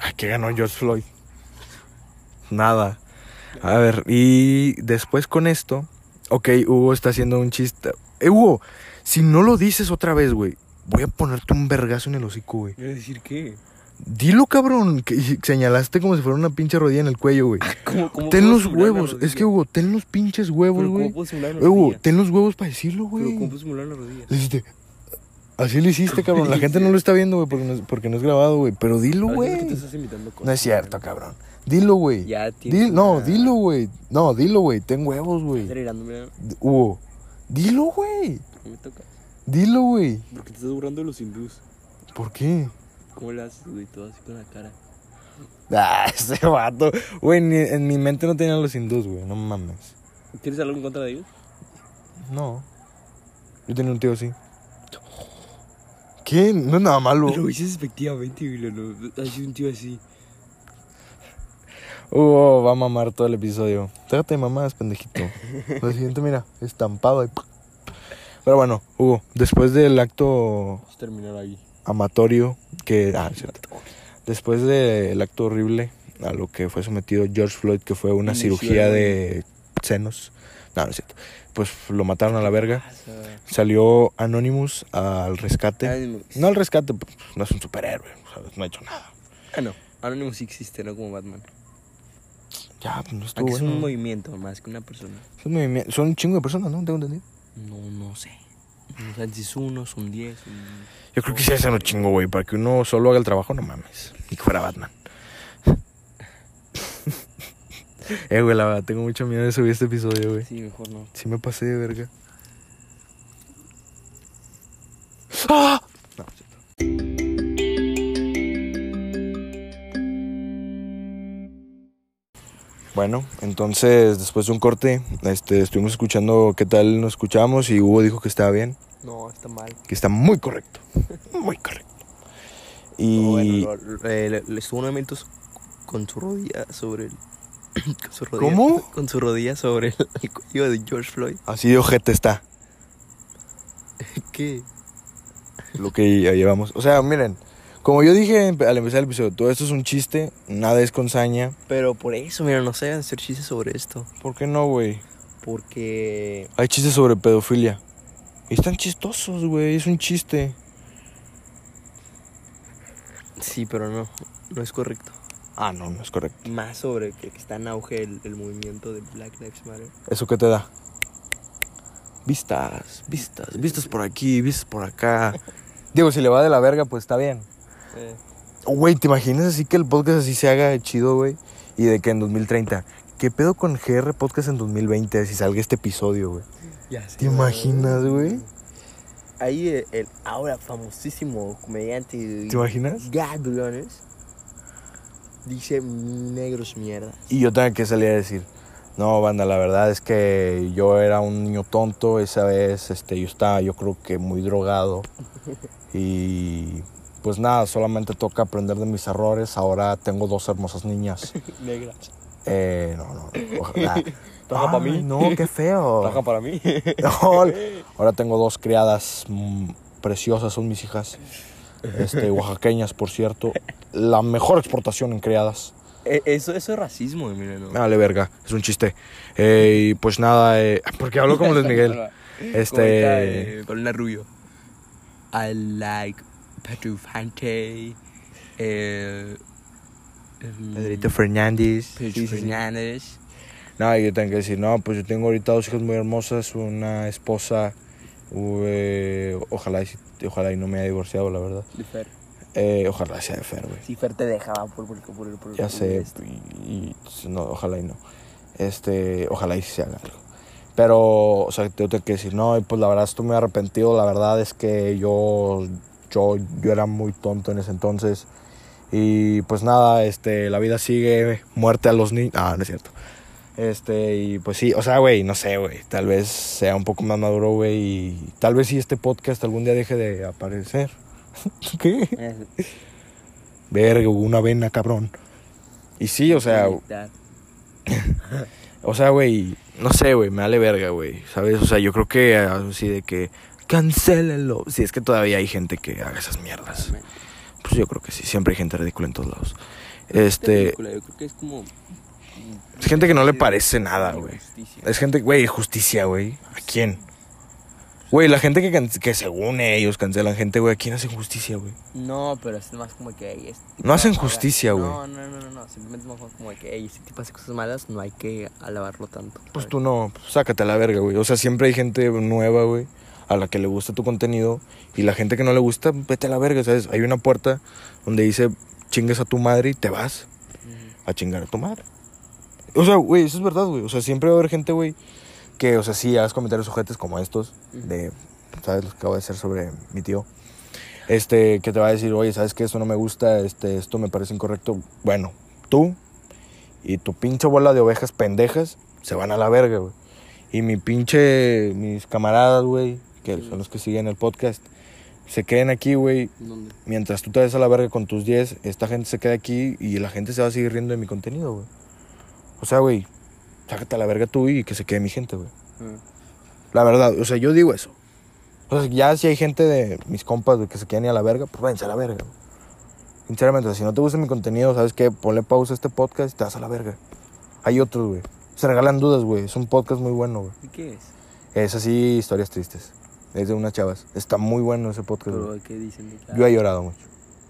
Ay, ¿Qué ganó George Floyd? Nada. A ver, y después con esto. Ok, Hugo está haciendo un chiste. Eh, Hugo, si no lo dices otra vez, güey, voy a ponerte un vergazo en el hocico, güey. Quiero decir qué? Dilo, cabrón, que y señalaste como si fuera una pinche rodilla en el cuello, [laughs] güey. [laughs] ¿Cómo, cómo Ten puedo los simular una huevos. Es rodilla? que, Hugo, ten los pinches huevos, Pero güey. ¿Cómo puedo simular una Eh, Hugo, rodilla? ten los huevos para decirlo, Pero ¿cómo güey. puedo simular una rodilla? Le hiciste- Así le hiciste, cabrón. La gente no lo está viendo, güey, porque no es, porque no es grabado, güey. Pero dilo, A veces que güey. te estás imitando cosas, No es cierto, güey. cabrón. Dilo, güey. Ya tienes Dil- No, una- dilo, güey. No, dilo, güey. Ten huevos, Estás güey. reirando, mira, D- Hugo. Dilo, güey. no me toca. Dilo, güey. Porque te estás burlando de los hindús. ¿Por qué? [laughs] ¿Cómo le haces, güey? Todo así con la cara. Ah, ese vato. Güey, ni- en mi mente no tenían los hindús, güey. No mames. ¿Tienes algo en contra de ellos? No. Yo tenía un tío así. ¿Qué? No es nada malo. Lo hice efectivamente, güey. Lo, lo- ha sido un tío así. Hugo va a mamar todo el episodio. Trata de mamadas, pendejito. Lo siguiente, mira, estampado ahí. Pero bueno, Hugo, después del acto Vamos a terminar ahí. amatorio que... Ah, es cierto. Después del acto horrible a lo que fue sometido George Floyd, que fue una Inició cirugía el- de senos, No, no es cierto. Pues lo mataron a la verga. Salió Anonymous al rescate. No al rescate, pues, no es un superhéroe, ¿sabes? No ha hecho nada. Ah, no. Anonymous sí existe, no como Batman. Ya, pues no estuvo Aunque Ah, es bueno. un movimiento más que una persona. Es un movimiento. Son un chingo de personas, ¿no? Tengo entendido. No, no sé. No sé si es uno, son diez. son- Yo creo que sí hacen un chingo, güey, para que uno solo haga el trabajo, no mames. Ni que fuera Batman. eh, güey, la verdad, tengo mucho miedo de subir este episodio, güey. Sí, mejor no. Sí me pasé de verga. ¡Ah! No, es cierto. Bueno, entonces después de un corte, este, estuvimos escuchando qué tal nos escuchamos y Hugo dijo que estaba bien, No, está mal. que está muy correcto, [laughs] muy correcto. Y Bueno, lo- lo- eh, le, le estuvo unos momentos con su rodilla sobre el. [clears throat] Con su rodilla, ¿Cómo? [laughs] Con su rodilla sobre el, el cuello de George Floyd. [laughs] así de ojete está ¿Qué? lo que ya llevamos. O sea, miren, como yo dije empe- al empezar el episodio, todo esto es un chiste, nada es con saña. Pero por eso, mira, no se hagan hacer chistes sobre esto. ¿Por qué no, güey? Porque. Hay chistes sobre pedofilia. Y están chistosos, güey. Es un chiste. Sí, pero no. No es correcto. Ah, no, no es correcto. Más sobre que, que está en auge el, el movimiento de Black Lives Matter. ¿Eso qué te da? Vistas, vistas, vistas por aquí, vistas por acá. Digo, si le va de la verga, pues está bien. Eh, Oh, Güey, ¿te imaginas así que el podcast así se haga chido, güey? Y de que en 2030. ¿Qué pedo con GR Podcast en 2020 si salga este episodio, güey? ya sé. ¿Te imaginas, güey? Ahí el, el ahora famosísimo comediante. ¿Te imaginas? Gadlones dice negros [laughs] mierda. Y yo tengo que salir a decir, no, banda, la verdad es que yo era un niño tonto esa vez, este, yo estaba, yo creo que muy [laughs] drogado. Y pues nada, solamente toca aprender de mis errores. Ahora tengo dos hermosas [laughs] niñas. Negras. Eh, no, no, ojalá. [laughs] Trabaja pa' Ay, mí. No, qué feo. para mí. [laughs] [laughs] No, ahora tengo dos criadas mm, preciosas, son mis hijas. Este, oaxaqueñas, por cierto. La mejor exportación en criadas. E, eso, eso es racismo, mira, Me vale verga, es un chiste. Eh, y pues nada, eh, [laughs] porque hablo como Luis Miguel. Este. Con un arrullo. eh, I like Petufante. Eh, em, Fernández. Pedro Fernández. No, yo tengo que decir, no, pues yo tengo ahorita dos hijas muy hermosas, una esposa. eh, ojalá, y si- ojalá y no me haya divorciado, la verdad. De Fer. Eh, ojalá sea de Fer, güey. Si Fer te dejaba por, por, por, por, por Ya sé, esto. y, y- no, ojalá y no. Este, ojalá y sí se haga algo. Pero, o sea, yo tengo que decir, no, y pues la verdad estoy muy arrepentido, la verdad es que yo, yo, yo era muy tonto en ese entonces. Y pues nada, este, la vida sigue, muerte a los niños. Ah, no es cierto. Este, y pues sí, o sea, güey, no sé, güey, tal vez sea un poco más maduro, güey, y tal vez si este podcast algún día deje de aparecer. [laughs] ¿Qué? Verga, una vena, cabrón. Y sí, o sea, o sea, güey, no sé, güey, me vale verga, güey, ¿sabes? O sea, yo creo que ah, así de que cancélenlo. Si es que todavía hay gente que haga esas mierdas. Pues yo creo que sí, siempre hay gente ridícula en todos lados. Este, película, yo creo que es como. es gente que no le parece nada, güey. Justicia. Es gente, güey, justicia, güey. ¿A quién? Güey, la gente que, can- que según ellos cancelan gente, güey, ¿a quién hacen justicia, güey? No, pero es más como que ey, este tipo No hacen haga- justicia, güey. No, no, no, no, no, Simplemente es más como que ey, este tipo hace cosas malas, no hay que alabarlo tanto. Pues tú no, pues sácate a la verga, güey. O sea, siempre hay gente nueva, güey, a la que le gusta tu contenido. Y la gente que no le gusta, vete a la verga, ¿sabes? Hay una puerta donde dice chingues a tu madre y te vas a chingar a tu madre. O sea, güey, eso es verdad, güey. O sea, siempre va a haber gente, güey, que, o sea, sí, hagas comentarios ojetes como estos, de, ¿sabes? Los que acabo de hacer sobre mi tío. Este, que te va a decir, oye, ¿sabes qué? Eso no me gusta, este, esto me parece incorrecto. Bueno, tú y tu pinche bola de ovejas pendejas se van a la verga, güey. Y mi pinche, mis camaradas, güey, que son los que siguen el podcast, se queden aquí, güey, ¿Dónde? mientras tú te des a la verga con tus 10, esta gente se queda aquí y la gente se va a seguir riendo de mi contenido, güey. O sea, güey, sácate a la verga tú y que se quede mi gente, güey. La verdad, o sea, yo digo eso. O sea, ya si hay gente de mis compas güey, que se quedan ir a la verga, pues váyanse a la verga. güey. Sinceramente, o sea, si no te gusta mi contenido, ¿sabes qué? Ponle pausa a este podcast y te vas a la verga. Hay otros, güey. Se regalan dudas, güey. Es un podcast muy bueno, güey. ¿De qué es? Es así, historias tristes. Es de unas chavas. Está muy bueno ese podcast, Pero, güey. ¿qué dicen? De Yo he llorado mucho.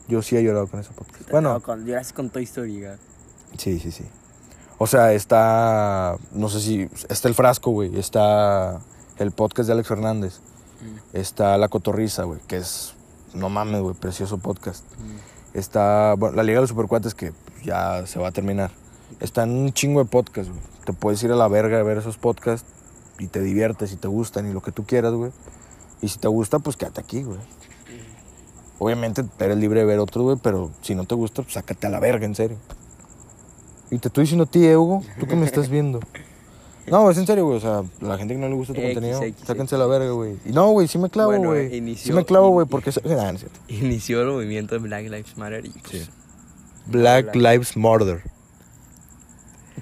Yo sí he llorado con ese podcast. Bueno, Con, lloras con Toy Story, güey. sí, sí, sí. O sea, está. No sé si. Está el frasco, güey. Está el podcast de Alex Fernández. Está La Cotorriza, güey. Que es. No mames, güey. Precioso podcast. Está bueno, la Liga de los Supercuates que ya se va a terminar. Están un chingo de podcasts, güey. Te puedes ir a la verga a ver esos podcasts y te diviertes y te gustan y lo que tú quieras, güey. Y si te gusta, pues quédate aquí, güey. Obviamente eres libre de ver otros, güey, pero si no te gusta, pues sácate a la verga, en serio. Y te estoy diciendo a ti, eh, Hugo, tú que me estás viendo. No, es en serio, güey. O sea, la gente que no le gusta tu X, contenido, X, sáquense a la verga, güey. Y no, güey, sí me clavo, Bueno, güey. sí inició- me clavo, in- güey, porque... es- Nah, no es cierto. Inició el movimiento de Black Lives Matter y pues, Sí. Black Lives Murder.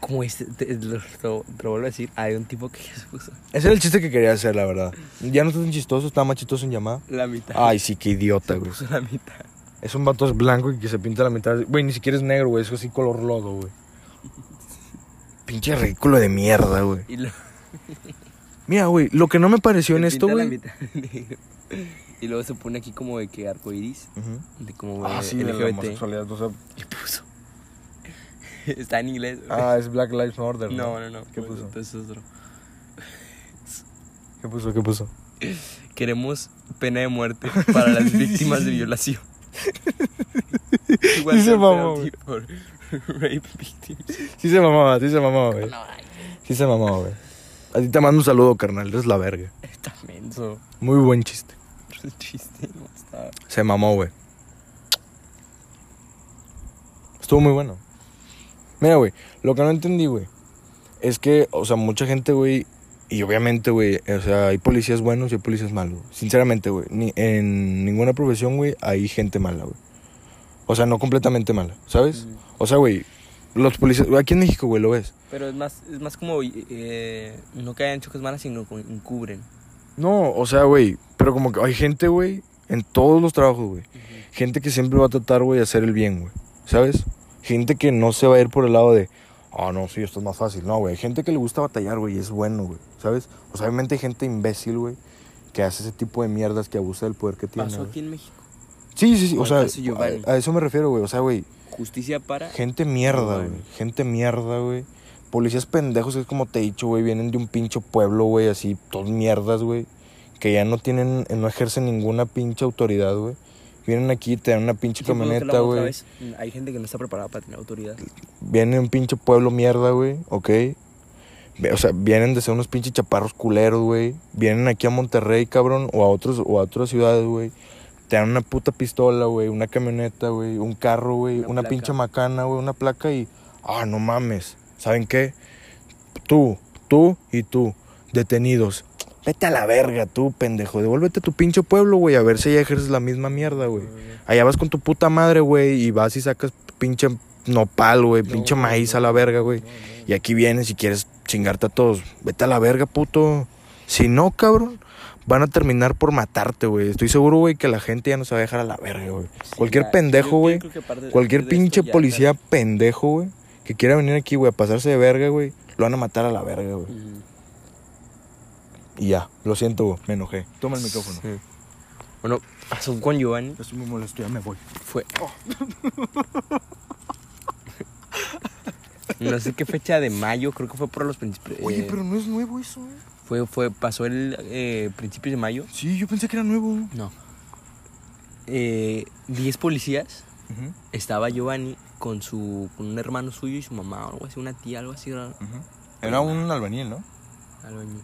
como este, te, lo, lo- te lo vuelvo a decir, hay un tipo que se puso Ese era el chiste que quería hacer, la verdad. Ya no está tan chistoso, está más chistoso en llamada. la mitad. Ay, sí, qué idiota, se güey. puso la mitad. Es un vato blanco y que se pinta la mitad. Güey, ni siquiera es negro, güey. Es así color lodo, güey. Pinche ridículo de mierda, güey. Y lo, Mira, güey, lo que no me pareció en se esto, pinta la güey. mitad de negro. [laughs] Y luego se pone aquí como de que arcoiris, Ujú. de como Ah, eh, sí, de la LGBT. homosexualidad. O sea, y puso. [laughs] Está en inglés. güey. ah, es Black Lives Murder. no, no, no. ¿Qué pues, puso? entonces otro. ¿Qué puso? ¿Qué puso? Queremos pena de muerte para [laughs] las víctimas de violación. Igual Sí se se mamó, güey. por [laughs] rape victims. Sí se mamaba, sí se mamaba, güey. Sí se mamaba, güey. A ti te mando un saludo, carnal. Eres la verga. Está menso. Muy buen chiste. Es chiste, no está. Se mamó, güey. Estuvo muy bueno. Mira, güey, lo que no entendí, güey, es que, o sea, mucha gente, güey, y obviamente, güey, o sea, hay policías buenos y hay policías malos. güey. Sinceramente, güey, ni- en ninguna profesión, güey, hay gente mala, güey. O sea, no completamente mala, ¿sabes? Ujú. O sea, güey, los policías, aquí en México, güey, lo ves. Pero es más, es más como eh, no que hayan choques malas, sino como encubren. No, o sea, güey, pero como que hay gente, güey, en todos los trabajos, güey. Gente que siempre va a tratar, güey, de hacer el bien, güey. ¿Sabes? Gente que no se va a ir por el lado de, ah, no, sí, esto es más fácil. No, güey. Hay gente que le gusta batallar, güey, y es bueno, güey. ¿Sabes? O sea, obviamente hay gente imbécil, güey, que hace ese tipo de mierdas, que abusa del poder que tiene. Pasó güey. aquí en México. Sí, sí, sí. O Como el sea, caso Giovanni. a, a eso me refiero, güey. O sea, güey, Justicia para. gente mierda, Giovanni. güey. Gente mierda, güey. Policías pendejos, que es como te he dicho, güey. Vienen de un pincho pueblo, güey, así, todos mierdas, güey. Que ya no tienen, no ejercen ninguna pinche autoridad, güey. Vienen aquí, te dan una pinche Sí, pero que la camioneta, otra güey. vez, Hay gente que no está preparada para tener autoridad. Vienen de un pinche pueblo mierda, güey, ¿ok? Ve- O sea, vienen de ser unos pinches chaparros culeros, güey. Vienen aquí a Monterrey, cabrón, o a, otros, o a otras ciudades, güey. Te dan una puta pistola, güey, una camioneta, güey, un carro, güey, Una una, placa. pinche macana, güey, una placa y... Ah, no mames. ¿Saben qué? Tú, tú y tú, detenidos. Vete a la verga, tú, pendejo. Devuélvete a tu pinche pueblo, güey, a ver si ya ejerces la misma mierda, güey. Allá vas con tu puta madre, güey, y vas y sacas pinche nopal, güey, No, pinche maíz no, a la verga, güey. No, no. Y aquí vienes y quieres chingarte a todos. Vete a la verga, puto. Si no, cabrón, van a terminar por matarte, güey. Estoy seguro, güey, que la gente ya no se va a dejar a la verga, güey. Sí, cualquier ya, yo- pendejo, yo güey. creo que aparte de- Cualquier de esto pinche ya- policía pendejo, güey, que quiera venir aquí, güey, a pasarse de verga, güey, lo van a matar a la verga, güey. Ujú. Y ya, lo siento, güey, me enojé. Toma el micrófono. Sí. Bueno, pasó con Giovanni. Estoy muy molesto, ya me voy. [laughs] Fue. No sé qué fecha de mayo, creo que fue por los principios. Oye, pero no es nuevo eso, güey. Fue, fue, pasó el eh, principio de mayo. Sí, yo pensé que era nuevo. No. Eh, diez policías. Estaba Giovanni con su con un hermano suyo y su mamá o algo así, una tía, algo así. raro, Era un albañil, ¿no? albañil.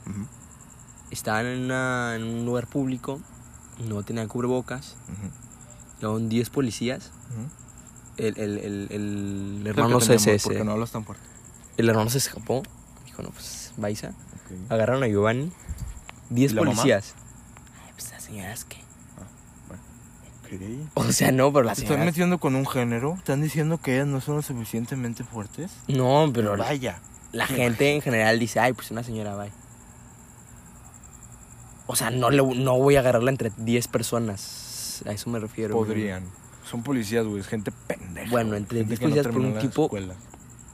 Estaban en, una- en un lugar público, no tenían cubrebocas. Llevaban 10 policías. El, el, el, el hermano se, se- se- hablas tan fuerte. el hermano se escapó. Dijo, no, pues, Baiza. Agarraron a Giovanni. ¿Y 10 la mamá? policías. Ay, pues las señoras que. ¿Qué? O sea, no, pero las ¿Te están señoras. metiendo con un género? ¿Están diciendo que ellas no son lo suficientemente fuertes? No, pero la, Vaya. la gente en general dice, ay, pues una señora, bye. O sea, no, le, no voy a agarrarla entre 10 personas. A eso me refiero. Son policías, güey. Es gente pendeja. Bueno, güey, entre gente 10 que no policías por terminó un la tipo- escuela.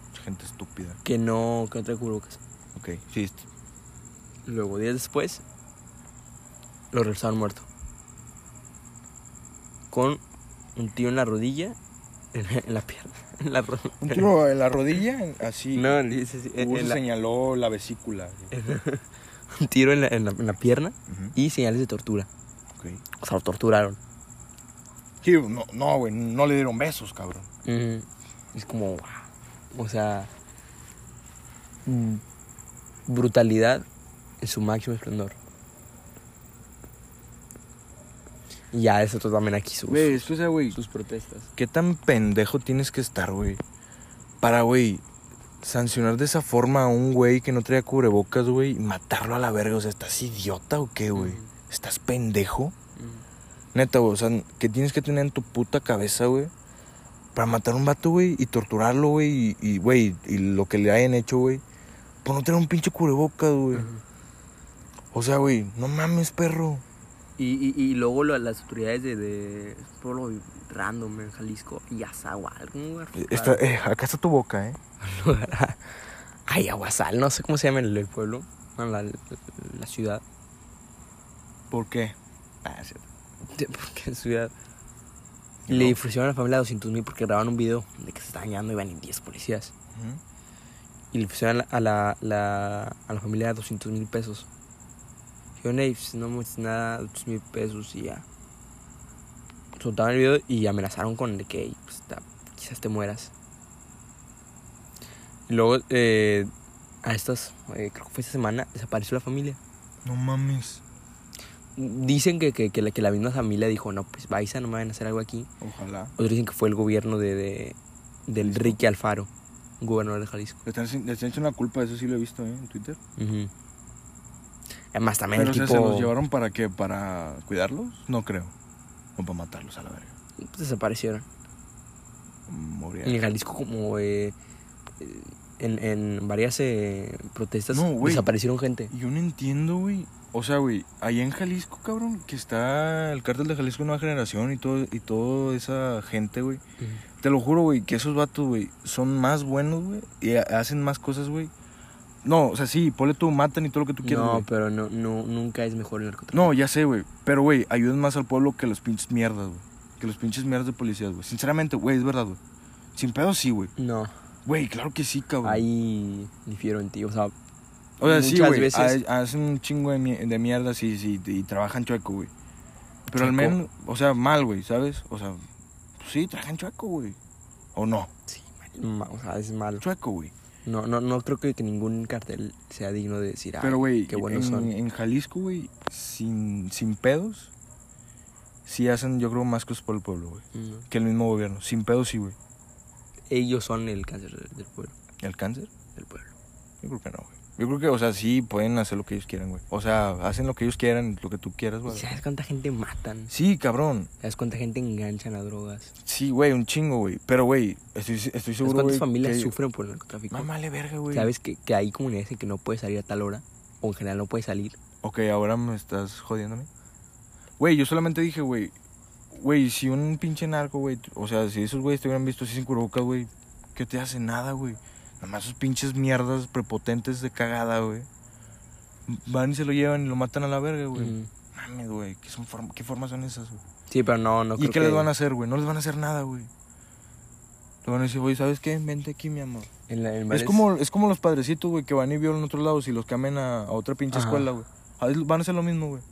pinche gente estúpida. Que no, que no trae cubrebocas. Ok, sí. [laughs] est- Luego, días después, lo regresaron muerto. Con un tiro en la rodilla, [laughs] en, en la pierna. En la ro- Un tiro en la rodilla, en- así. No, le dice así, en- Hugo se en la- señaló Eh, la vesícula. [laughs] un tiro en la, en la- en la pierna Ujú, y señales de tortura. ok. O sea, lo torturaron. Sí, no, no, güey, no le dieron besos, cabrón. Ujú. Es como, wow. O sea, mm, brutalidad en su máximo esplendor. Y ya eso también aquí sus, Güey, es que, o sea, güey, pues, sus protestas. ¿qué tan pendejo tienes que estar, güey? Para, güey, sancionar de esa forma a un güey que no traía cubrebocas, güey, y matarlo a la verga. O sea, ¿estás idiota o qué, güey? Ujú. ¿Estás pendejo? Neta, güey, o sea, ¿qué tienes que tener en tu puta cabeza, güey? Para matar a un vato, güey, y torturarlo, güey, y- y, güey, y lo que le hayan hecho, güey. Por no tener un pinche cubrebocas, güey. O sea, güey, no mames, perro. Y, y, y luego lo- las autoridades de, de pueblo random en Jalisco y Azahual. un lugar Está- raro. eh, acá está tu boca, ¿eh? [laughs] Ay, Aguasal, no sé cómo se llama el, el pueblo, no, la, la- la ciudad. [laughs] ¿Por qué? Ah, De- Porque es ciudad. Y Y le luego. ofrecieron a la familia 200 mil porque grabaron un video de que se estaban llevando iban 10 policías. Y le ofrecieron a la, a la, a la familia 200 mil pesos. Yo, Naves, no me nada, 200 mil pesos y ya. Soltaron el video y amenazaron con de que pues, ta- quizás te mueras. Y luego, eh, a estas, eh, creo que fue esta semana, desapareció la familia. No mames. Dicen que, que, que la, que la misma familia dijo, no, pues vais no me van a hacer algo aquí. Ojalá. Otros dicen que fue el gobierno de, de- del Ricky Alfaro, gobernador de Jalisco. Le están, le están echando la culpa, eso sí lo he visto, ¿eh? En Twitter. Ujú. Además también Pero, el o sea, tipo ¿se los llevaron para qué? ¿Para cuidarlos? No creo. O para matarlos a la verga. pues, desaparecieron. Moría. En Jalisco como eh, eh, en, en varias eh, protestas No, güey. desaparecieron gente. Yo no entiendo, güey. O sea, güey, allá en Jalisco, cabrón, que está el cártel de Jalisco Nueva Generación y todo y toda esa gente, güey. Te lo juro, güey, que esos vatos, güey, son más buenos, güey, y ha- hacen más cosas, güey. No, o sea, sí, ponle tú, matan y todo lo que tú quieras, No, güey. pero no, no, nunca es mejor el narcotráfico. No, ya sé, güey. Pero, güey, ayudan más al pueblo que los pinches mierdas, güey. Que los pinches mierdas de policías, güey. Sinceramente, güey, es verdad, güey. Sin pedo sí, güey. No, Güey, claro que sí, cabrón. ahí difiero en ti. O sea, o sea, sí, muchas güey. veces- ha- Hacen un chingo de, mie- de mierda sí, sí, y trabajan chueco, güey. Pero al Chueco. menos, o sea, mal, güey, ¿sabes? O sea, pues sí, trabajan chueco, güey. O no, sí, ma- o sea, es malo. chueco, güey. No, no, no creo que, que ningún cartel sea digno de decir, "Ay, Pero, güey, qué buenos en, son. en Jalisco, güey, sin, sin pedos, sí hacen, yo creo, más cosas por el pueblo, güey. No. Que el mismo gobierno. Sin pedos sí, güey. Mm. Ellos son el cáncer del, del pueblo. ¿El cáncer? Del pueblo. Yo creo que no, güey. Yo creo que, o sea, sí pueden hacer lo que ellos quieran, güey. O sea, hacen lo que ellos quieran, lo que tú quieras, güey. ¿Y ¿Sabes cuánta gente matan? Sí, cabrón. ¿Sabes cuánta gente enganchan a drogas? Sí, güey, un chingo, güey. Pero, güey, estoy, estoy ¿Sabes seguro, güey. cuántas familias que- sufren por el narcotráfico? Mámale verga, güey. ¿Sabes que, que hay comunidades en que no puedes salir a tal hora? O en general no puedes salir. Ok, ahora me estás jodiéndome. Güey, yo solamente dije, güey. Güey, si un pinche narco, güey. O sea, si esos güeyes te hubieran visto así sin cubrebocas, güey. Que te hace nada, güey. Nada más sus pinches mierdas prepotentes de cagada, güey. Van y se lo llevan y lo matan a la verga, güey. Mm. Mames, güey. ¿qué, son form- ¿Qué formas son esas, güey? Sí, pero no, no ¿Y creo qué que... les van a hacer, güey? No les van a hacer nada, güey. Le van a decir, güey, ¿sabes qué? Vente aquí, mi amor. en la- en Es varias- como, es como los padrecitos, güey, que van y violan a otros lados y los cambian a, a otra pinche Ajá. escuela, güey. A veces Van a hacer lo mismo, güey.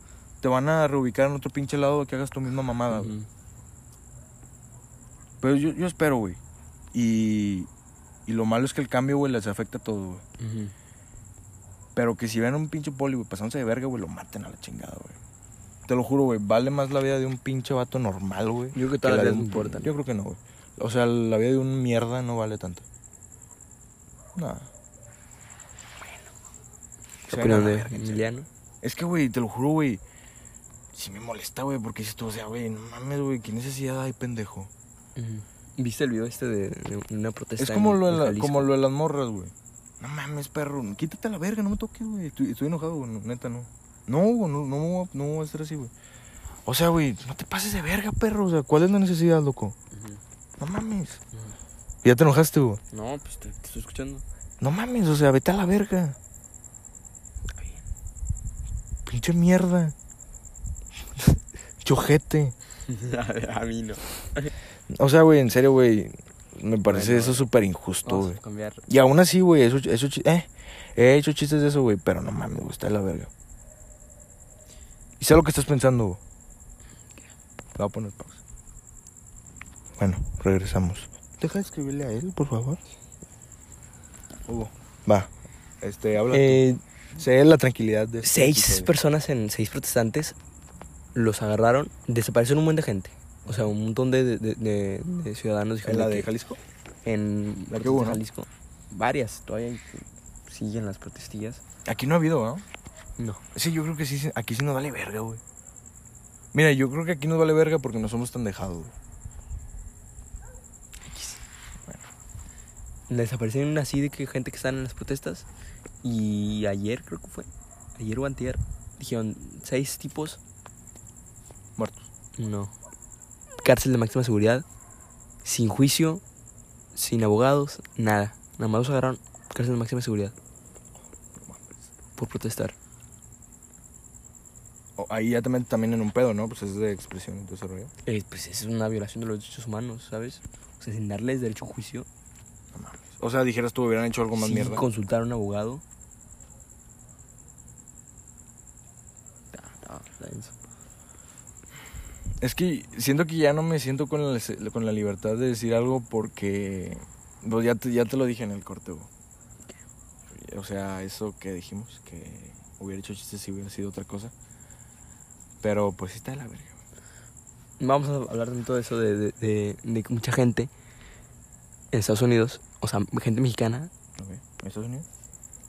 Te van a reubicar en otro pinche lado que hagas tu misma mamada, güey. Ujú. Pero yo, yo espero, güey. Y, y lo malo es que el cambio, güey, les afecta a todos, güey. Ujú. Pero que si ven a un pinche poli, güey, pasándose de verga, güey, lo maten a la chingada, güey. Te lo juro, güey, vale más la vida de un pinche vato normal, güey. Yo creo que todas las la de vidas un- importan. Yo creo que no, güey. O sea, la vida de un mierda no vale tanto. Nada. ¿Qué Se vayan opinas a la de verga, en serio. Emiliano? Es que, güey, te lo juro, güey. Sí me molesta, güey, porque dices tú, o sea, güey, no mames, güey, qué necesidad hay, pendejo. Ujú. ¿Viste el video este de, de una protesta Es como en- lo, de en la- Jalisco? como lo de las morras, güey. No mames, perro, quítate la verga, no me toques, güey. Estoy, estoy enojado, güey, no, neta, no. No, güey, no, no, me voy a- no voy a estar así, güey. O sea, güey, no te pases de verga, perro. O sea, ¿cuál es la necesidad, loco? Ujú. No mames. Ya te enojaste, güey. No, pues te, te estoy escuchando. No mames, o sea, vete a la verga. Está bien. Pinche mierda. [laughs] Chojete. [laughs] a mí no. O sea, güey, en serio, güey. Me parece Bueno, eso súper injusto, Vamos güey. a cambiar. Y aún así, güey, eso, eso, chi- eh, he hecho chistes de eso, güey, pero no mames, güey, está de la verga. Y sé lo que estás pensando, güey. Le voy a poner pausa. Bueno, regresamos. Deja de escribirle a él, por favor. Hugo. Va. Este, habla. Eh, tú. sé la tranquilidad de este seis episodio. personas en seis protestantes los agarraron. Desaparecieron un buen de gente. O sea, un montón de, de- de- de- de ciudadanos. dijeron ¿En la que- de Jalisco? En La que Puerto hubo, ¿no? Jalisco. Varias, todavía hay- siguen las protestillas. Aquí no ha habido, ¿no? No. Sí, yo creo que sí, sí, aquí sí nos vale verga, güey. Mira, yo creo que aquí nos vale verga porque no somos tan dejados, güey. Desaparecieron así de que gente que están en las protestas. Y ayer creo que fue. Ayer o antier. Dijeron seis tipos. Muertos. No. Cárcel de máxima seguridad. Sin juicio. Sin abogados. Nada. Nada más los agarraron. Cárcel de máxima seguridad. Por protestar. O- Ahí ya te metes también en un pedo, ¿no? Pues es de expresión y todo ese rollo. Eh, pues es una violación de los derechos humanos, ¿sabes? O sea, sin darles derecho a juicio. O sea, dijeras tú, hubieran hecho algo más sin mierda. consultar a un abogado. Está- está- está denso. Es que siento que ya no me siento con la, con la libertad de decir algo porque... pues, ya, te, ya te lo dije en el corte, güey. O sea, eso que dijimos, que hubiera hecho chistes si hubiera sido otra cosa. Pero pues sí está de la verga, güey. Vamos a hablar de todo eso de, de- de- de que mucha gente en Estados Unidos, o sea, gente mexicana, Ok. ¿En Estados Unidos?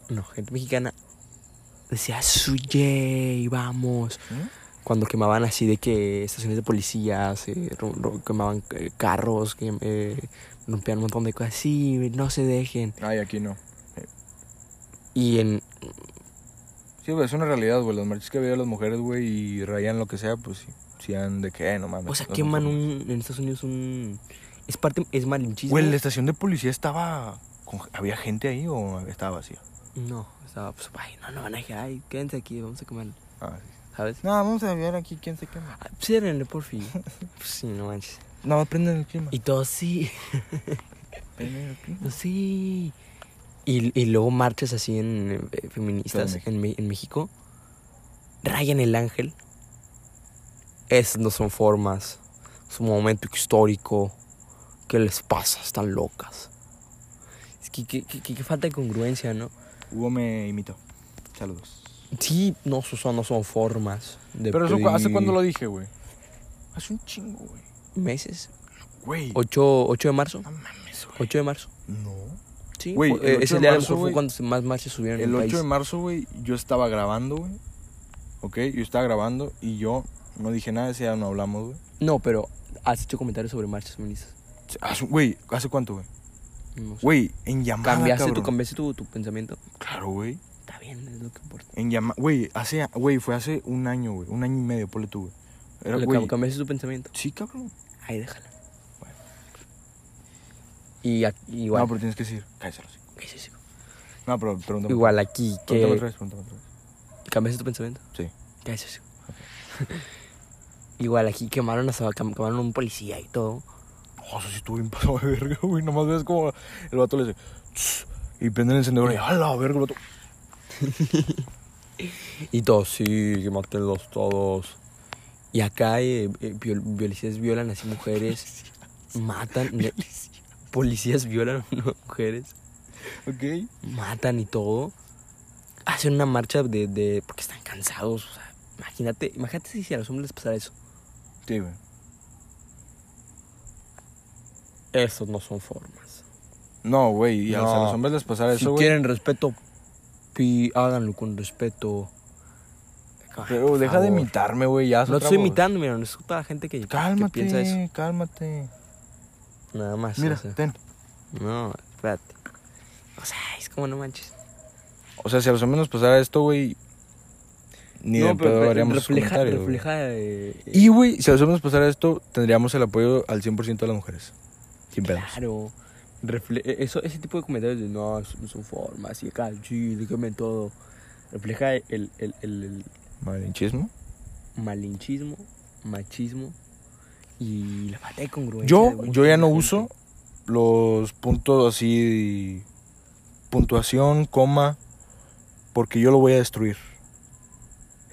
no, gente mexicana, decía, suye, vamos. ¿Mm? Cuando quemaban así de que estaciones de policías, eh, ro- ro- quemaban eh, carros, que, eh, rompían un montón de cosas, sí, no se dejen. Ay, aquí no. Y en, Sí, güey, es una realidad, güey. Las marchas que había de las mujeres, güey, y rayan lo que sea, pues sí. Si han de qué, no mames. o sea, no queman somos- un, en Estados Unidos un, es parte, es malinchismo. Güey, la estación de policía estaba. con- ¿Había gente ahí o estaba vacía? No, estaba, pues, ay, no, no van a dejar, ay, quédense aquí, vamos a comer, Ah, sí. ¿sabes? No, vamos a ver aquí quién se quema. Ah, Ciérrenle, por [laughs] fin. Pues sí, no manches. No, prenden el clima. Y todos sí, Prenden el clima. sí. Y, y luego marchas así en eh, feministas Todo en, Me- en México. Rayan el ángel. Esas no son formas. Es un momento histórico. ¿Qué les pasa? Están locas. Es que que- que- que- que falta de congruencia, ¿no? Hugo me imitó. Saludos. Sí, no, son, no son formas. de Pero eso, cu- ¿hace pedir cuándo lo dije, güey? Hace un chingo, güey. Meses. Güey. 8, 8 de marzo. No mames, güey. 8 de marzo. No. Sí, Güey, fue- el eh, 8 ese de día a lo marzo, mejor fue güey, cuando se- más marchas subieron El 8 de marzo. marzo, güey, yo estaba grabando, güey. ¿Ok? Yo estaba grabando y yo no dije nada, ese día no hablamos, güey. No, pero has hecho comentarios sobre marchas feministas. Hace- Güey, ¿hace cuánto, güey? No sé. Güey, en llamada, cambiaste tu, cabrón. cambiaste tu, tu pensamiento. Claro, güey. Está bien, es lo que importa. En llamada... Güey, hace... Güey, fue hace un año, güey. Un año y medio, ponle tú, güey. Era, Lo- güey... cambiaste tu pensamiento. Sí, cabrón. Ahí déjala. Bueno. Y aquí, igual. No, pero tienes que decir... Cállate los hocico. ¿Qué es eso? No, pero pregúntame. Igual aquí Pregúntame otra que vez, pregúntame otra vez. cambiaste tu pensamiento. Sí. ¿Qué es eso? [laughs] igual aquí quemaron a quemaron a un policía y todo. Oh, eso sí estuvo bien pasado de verga, güey. Nomás ves como el vato le dice... "Tss", Y prende el encendedor y... ¡A la verga, el vato! Y todos, sí, que matenlos todos. Y acá eh, eh, viol- policías violan así [laughs] mujeres, matan, ne- policías violan a [laughs] mujeres, ¿Ok? matan y todo. Hacen una marcha de, de- porque están cansados, o sea, imagínate, imagínate si a los hombres les pasara eso. Sí, güey. Esas no son formas. No, güey. Y a- No. a los hombres les pasara si eso, güey... quieren respeto, pi- háganlo con respeto. Ay, Pero por deja de favor. imitarme, güey. Ya, haz No te otra estoy voz. imitando, mira, no es toda la gente que, que Cálmate, piensa eso. cálmate. Nada más. Mira, o sea. ten. No, espérate. O sea, es como no manches. O sea, si a los hombres nos pasara esto, güey, ni no, de pedo haríamos refleja, comentarios, güey. refleja eh, Y, güey, si a los hombres nos pasara esto, tendríamos el apoyo al 100% de las mujeres. Sin pedos. claro. refle- e-, eso, ese tipo de comentarios de no, su, su forma, así acá, sí, dígame todo, refleja el, el- el- el ¿Malinchismo? malinchismo, machismo y la falta de congruencia. de Yo, mucha yo ya no gente. uso los puntos así, puntuación, coma, porque yo lo voy a destruir.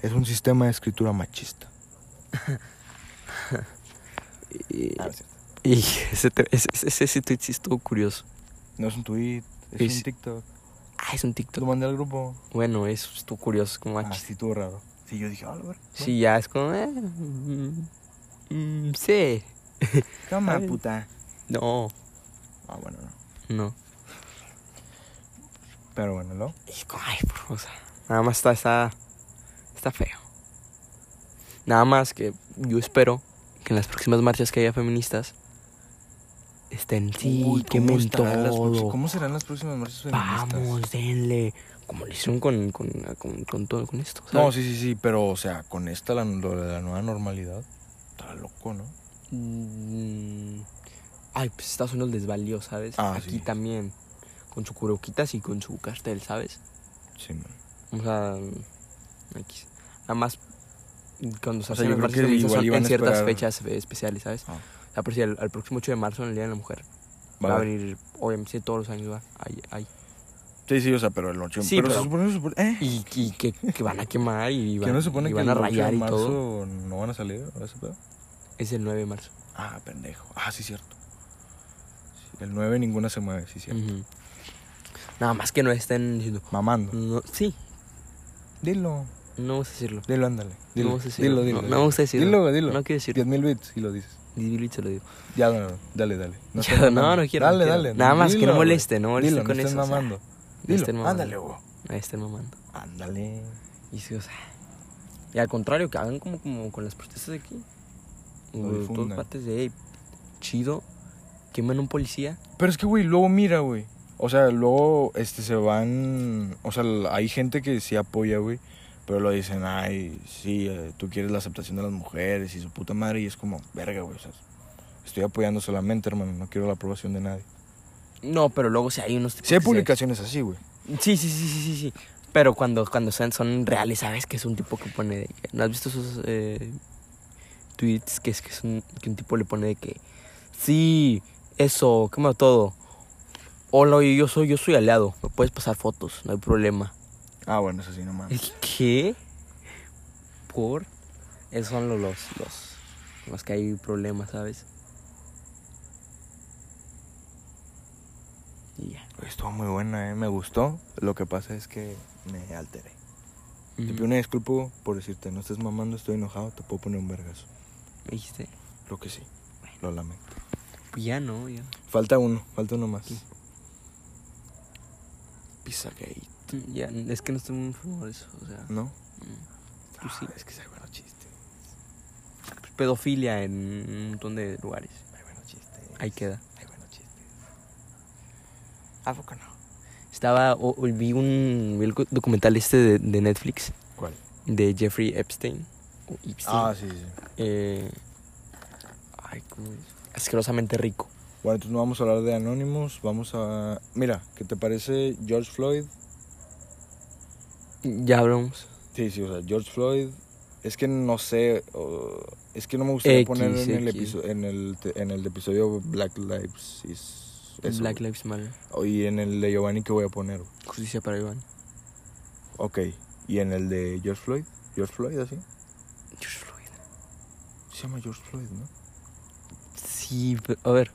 Es un sistema de escritura machista. Y, eh, y ese, te- ese, ese, ese tweet sí estuvo curioso. No es un tweet, es Es- un TikTok. Ah, es un Lo TikTok. mandé al grupo. Bueno, eso estuvo curioso, como Ah, machista. sí, estuvo raro. Sí, yo dije, ah, la verga, bueno, Sí, ya es como, eh, mm, mm, sí, Cama, Ay. puta. no, Ah, bueno, no. no. Pero bueno, ¿no? Y como, ay, por- o sea, nada más está, está, está feo. Nada más que yo espero que en las próximas marchas que haya feministas estén, sí, Uy, ¿cómo quemen estarán las todo. proxi- ¿Cómo serán las próximas marchas feministas? Vamos, denle. Como lo hicieron con, con, con, con todo, con esto. No, ¿sabes? sí, sí, sí, pero, o sea, con esta, la, lo de la nueva normalidad, está loco, ¿no? Mm, Ay, pues Estados Unidos les valió, ¿sabes? Ah, Aquí sí. también. Con su curoquitas y con su cartel, ¿sabes? Sí, man. O sea, mm, aquí. Nada más cuando se O sea, hacen yo las creo marchas que feministas igual son iban en a ciertas esperar- fechas eh, especiales, ¿sabes? Ah. O sea, por si el, al próximo 8 de marzo, en el Día de la Mujer, va, a Vale. venir, obviamente, todos los años va. Ay, ay. Sí, sí, o sea, pero el 8 Sí, pero, pero- se supone, se supone- ¿eh? Y, y que, que van a quemar y van, que no se supone y que van el a 8 de rayar y marzo todo. no van a salir, ¿o ese pedo? Es el 9 de marzo. Ah, pendejo. Ah, sí, cierto. Sí, El 9 ninguna se mueve, sí, cierto. Ujú. Nada más que no estén diciendo. Mamando. No, sí, Dilo, no vamos a decirlo. dilo, ándale. no Dilo, vamos a decirlo. dilo, dilo. No, no vamos a decirlo. Dilo, dilo. No quiero decirlo. 10.000 bits y lo dices. Disbilly se lo digo. Ya, no, no, dale, [laughs] dale. Ya, estés no, mamando. no quiero, Dale, no quiero. dale. Nada más que no güey. moleste, no moleste Dilo, con estés eso, o sea, mamando. no estén Dilo, mamando. ándale, güey. Ahí están mamando. Ándale. Y sí, o sea. Y al contrario, que hagan como, como con las protestas de aquí. Lo En todas difundan. partes de, "Ey, chido, queman un policía. Pero es que, güey, luego mira, güey. O sea, luego este, se van. O sea, l- hay gente que sí apoya, güey. Pero lo dicen, ay, sí, eh, tú quieres la aceptación de las mujeres y su puta madre. Y es como, verga, güey. O sea, estoy apoyando solamente, hermano. No quiero la aprobación de nadie. No, pero luego si hay unos tipos Sí, hay que se- publicaciones así, güey. Sí, sí, sí, sí, sí, sí. Pero cuando, cuando son, son reales, ¿sabes? Que es un tipo que pone... de que- ¿No has visto esos eh, tweets que es que, es un, que un tipo le pone de que... Sí, eso, quema todo. Hola, yo yo soy, yo soy aliado. Me puedes pasar fotos, no hay problema. Ah, bueno, eso sí, no mames. [laughs] ¿Qué? ¿Por? Esos son los, los, los, los que hay problemas, ¿sabes? Y ya. Güey, Estuvo muy buena, eh. Me gustó. Lo que pasa es que me alteré. Te pido una disculpa güey, por decirte, no estés mamando, estoy enojado, te puedo poner un vergazo. Me dijiste, Lo que sí, lo lamento. pues ya no, ya. Falta uno, falta uno más. Pizzagate, Mm, Ya, es que no estoy muy informado de eso, o sea, ¿no? Ah, Pues sí. es que hay buenos chistes. pues, pedofilia en un montón de lugares. Hay buenos chistes. Ahí queda. Hay buenos chistes. ¿A poco no? Estaba, o- o vi un vi el cu- documental este de, de Netflix, ¿Cuál? de Jeffrey Epstein. o Epstein, Ah, sí, sí. sí. eh, ay, ¿cómo es? Asquerosamente rico. Bueno, entonces no vamos a hablar de Anonymous, vamos a... Mira, ¿qué te parece George Floyd? Ya hablamos. Sí, sí, o sea, George Floyd... Es que no sé, o- es que no me gustaría X, poner en el, X. episodio, en, el, te- en el de episodio Black Lives is- eso, Black güey. Lives Matter. Y en el de Giovanni que voy a poner, güey. Justicia para Iván. Ok, ¿y en el de George Floyd? ¿George Floyd así? George Floyd. Se llama George Floyd, ¿no? Sí, pero- a ver.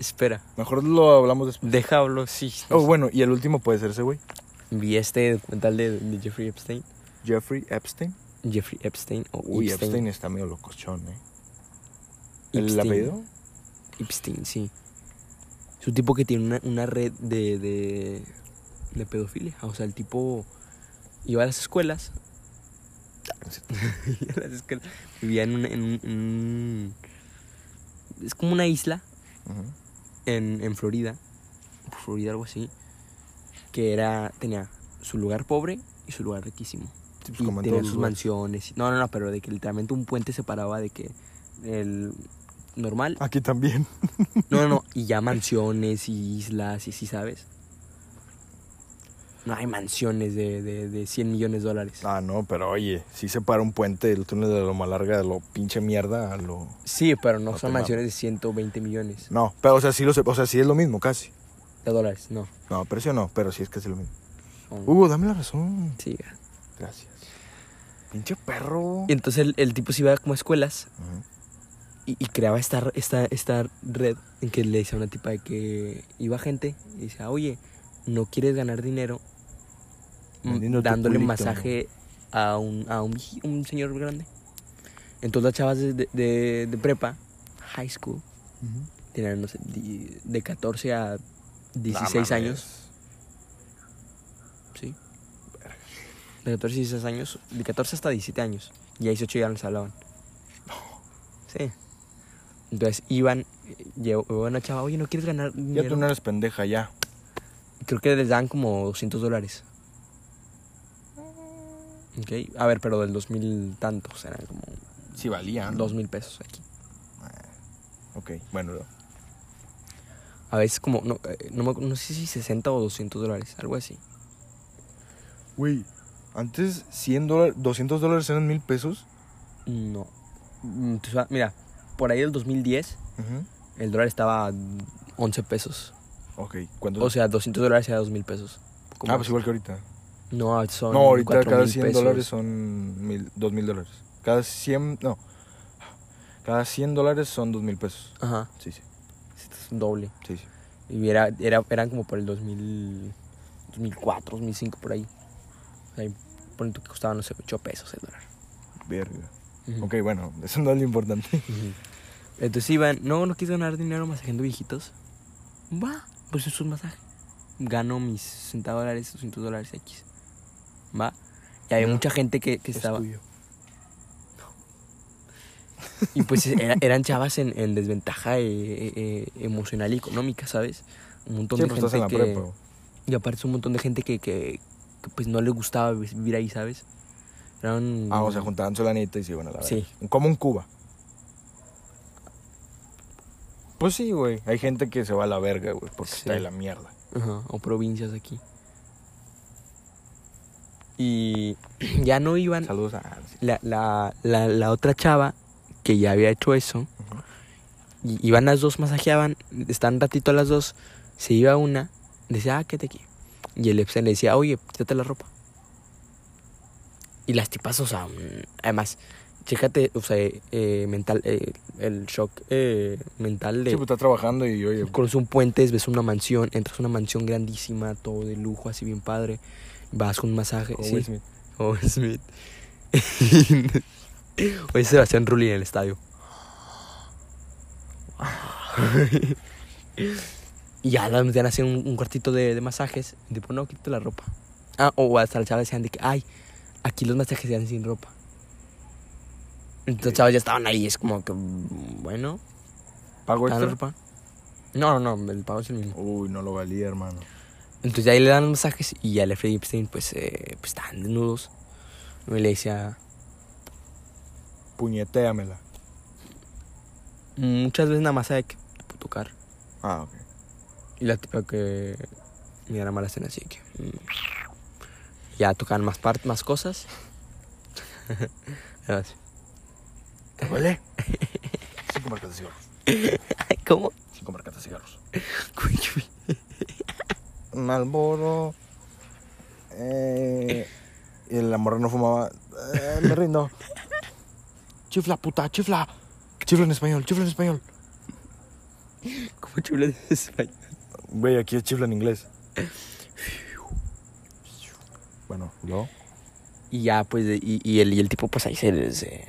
Espera. Mejor lo hablamos después. Deja hablo, sí. no Oh, sé. bueno, y el último puede ser ese güey. Vi este documental de, de Jeffrey Epstein. Jeffrey Epstein. Jeffrey Epstein o Uy, Epstein, Epstein. está medio locochón, ¿eh? ¿El Epstein. [laughs] apellido? Epstein, sí. Es un tipo que tiene una, una red de, de, de pedofilia. O sea, el tipo iba a las escuelas. [laughs] iba a las escuelas. Vivía en un, en un- en un- Es como una isla Ujú. en, en Florida. Florida, algo así. Que era tenía su lugar pobre y su lugar riquísimo. Sí, pues, y como en tenían todos sus los lugares. mansiones. No, no, no, pero de que literalmente un puente separaba de que el normal. Aquí también. No, no, no. Y ya mansiones y islas y sí, ¿sabes? No hay mansiones de, de, de 100 millones de dólares. Ah, no, pero oye, si se para un puente del túnel de Loma Larga de lo pinche mierda a lo... Sí, pero No no, son te mames. mansiones de 120 millones No, pero o sea, sí, lo, se- o sea, sí es lo mismo casi. de dólares, no. No, pero sí o no, pero sí es casi lo mismo. Son- Hugo, dame la razón. Sí. Gracias. Pinche perro. Y entonces el, el tipo se iba como a escuelas Ajá. y, y creaba esta, esta, esta red en que le decía a una tipa de que iba gente y decía, oye, ¿no quieres ganar dinero mm, Vendiendo tu dándole culito". masaje a, un, a un, vieji- un señor grande? Entonces las chavas de, de- de- de prepa, high school, Ujú. tenían no sé, di- de 14 a No 16 mames. años, ¿sí? De 14 a 16 años, de 14 hasta 17 años. Y a 18 ya nos hablaban. Sí. Entonces iban, eh, llevó llevó una chava, oye, ¿no quieres ganar Ya tú dinero? no eres pendeja, ya. Creo que les dan como 200 dólares. Ok, a ver, pero del 2000 tantos, eran como Sí valía. ¿no? 2000 pesos aquí. Ok, bueno. no. A veces como, no, eh, no, me acu- no sé si 60 o 200 dólares, algo así. Güey, antes 100 dólares, 200 dólares eran mil pesos. No. Mm, tú sa- Mira, por ahí del 2010 Ujú. el dólar estaba a 11 pesos. Ok, ¿cuánto? O sea, 200 dólares era 2 mil pesos. Como- ah, pues igual que ahorita. No, son no, ahorita 4,000 cada 100 pesos. dólares son mil, 2 mil dólares. Cada 100, no. Cada 100 dólares son 2 mil pesos. Ajá, Sí, sí, es doble. sí, sí. Y era, era- eran como por el 2000, 2004, 2005, por ahí. Ahí, ponen tú que costaba, no sé, 8 pesos el dólar. Verga. Ujú. Ok, bueno, [laughs] eso no es lo importante. Ujú. Entonces iban, no, no quise ganar dinero masajeando viejitos. Va, pues es un masaje. Gano mis 60 dólares, 200 dólares X. Va. Y había No. mucha gente que, que estaba. tuyo. Y pues era- eran chavas en, en desventaja eh, eh, eh, emocional y económica, ¿sabes? Un montón Sí, de pues gente estás en la que. prepa. güey. Y aparte es un montón de gente que, que, que, pues no le gustaba vi- vivir ahí, ¿sabes? Eran. Ah, o sea, juntaban solanita y se iban a la verga. Sí. Como un Cuba. Pues sí, güey. Hay gente que se va a la verga, güey, porque Sí. está de la mierda. Ajá, o provincias aquí. Y [clears throat] ya no iban. Saludos a... la, la, la, la otra chava que ya había hecho eso, Ujú. y iban las dos, masajeaban, están un ratito las dos, se iba una, decía, ah, quédate aquí. Y el Epstein le decía, oye, quítate la ropa. Y las tipas, o sea, mm, además, chécate, o sea, eh, mental, eh, el shock eh, mental de... Sí, pues está trabajando y oye... Cruzas un puente, ves una mansión, entras a una mansión grandísima, todo de lujo, así bien padre. Vas con un masaje. o sí. Will Smith. O Smith. [laughs] Hoy es Sebastián Rulli en el estadio. [laughs] y ya la metían a hacer un, un cuartito de, de masajes. Tipo, no, quítate la ropa. Ah, o hasta las chavas decían de que, ay, aquí los masajes se dan sin ropa. Entonces, Sí. chavas ya estaban ahí. Es como que, mm, bueno, ¿Pago ¿dan la extra? ropa? No, no, no, el pago es el mismo. Uy, no lo valía, hermano. Entonces ahí le dan los masajes y ya Jeffrey Epstein, pues, eh, pues estaban desnudos. Y le decía, Puñetéamela. Muchas veces nada más sabe que te puedo tocar. Ah, ok. Y la tipa que me era mala cena, así que. mm. Ya tocaban más partes, más cosas. [laughs] Era así. ¿Te huele? [laughs] Cinco marcas de cigarros. Ay, ¿Cómo? Cinco marcas de cigarros. Uy, uy. Malboro. Eh, y el amor no fumaba. Eh, me rindo. Chifla, puta, chifla. Chifla en español, chifla en español. ¿Cómo chula de español? Güey, aquí es chifla en inglés. Bueno, ¿lo? Y ya, pues, de- y, y el, y el tipo, pues ahí se, se,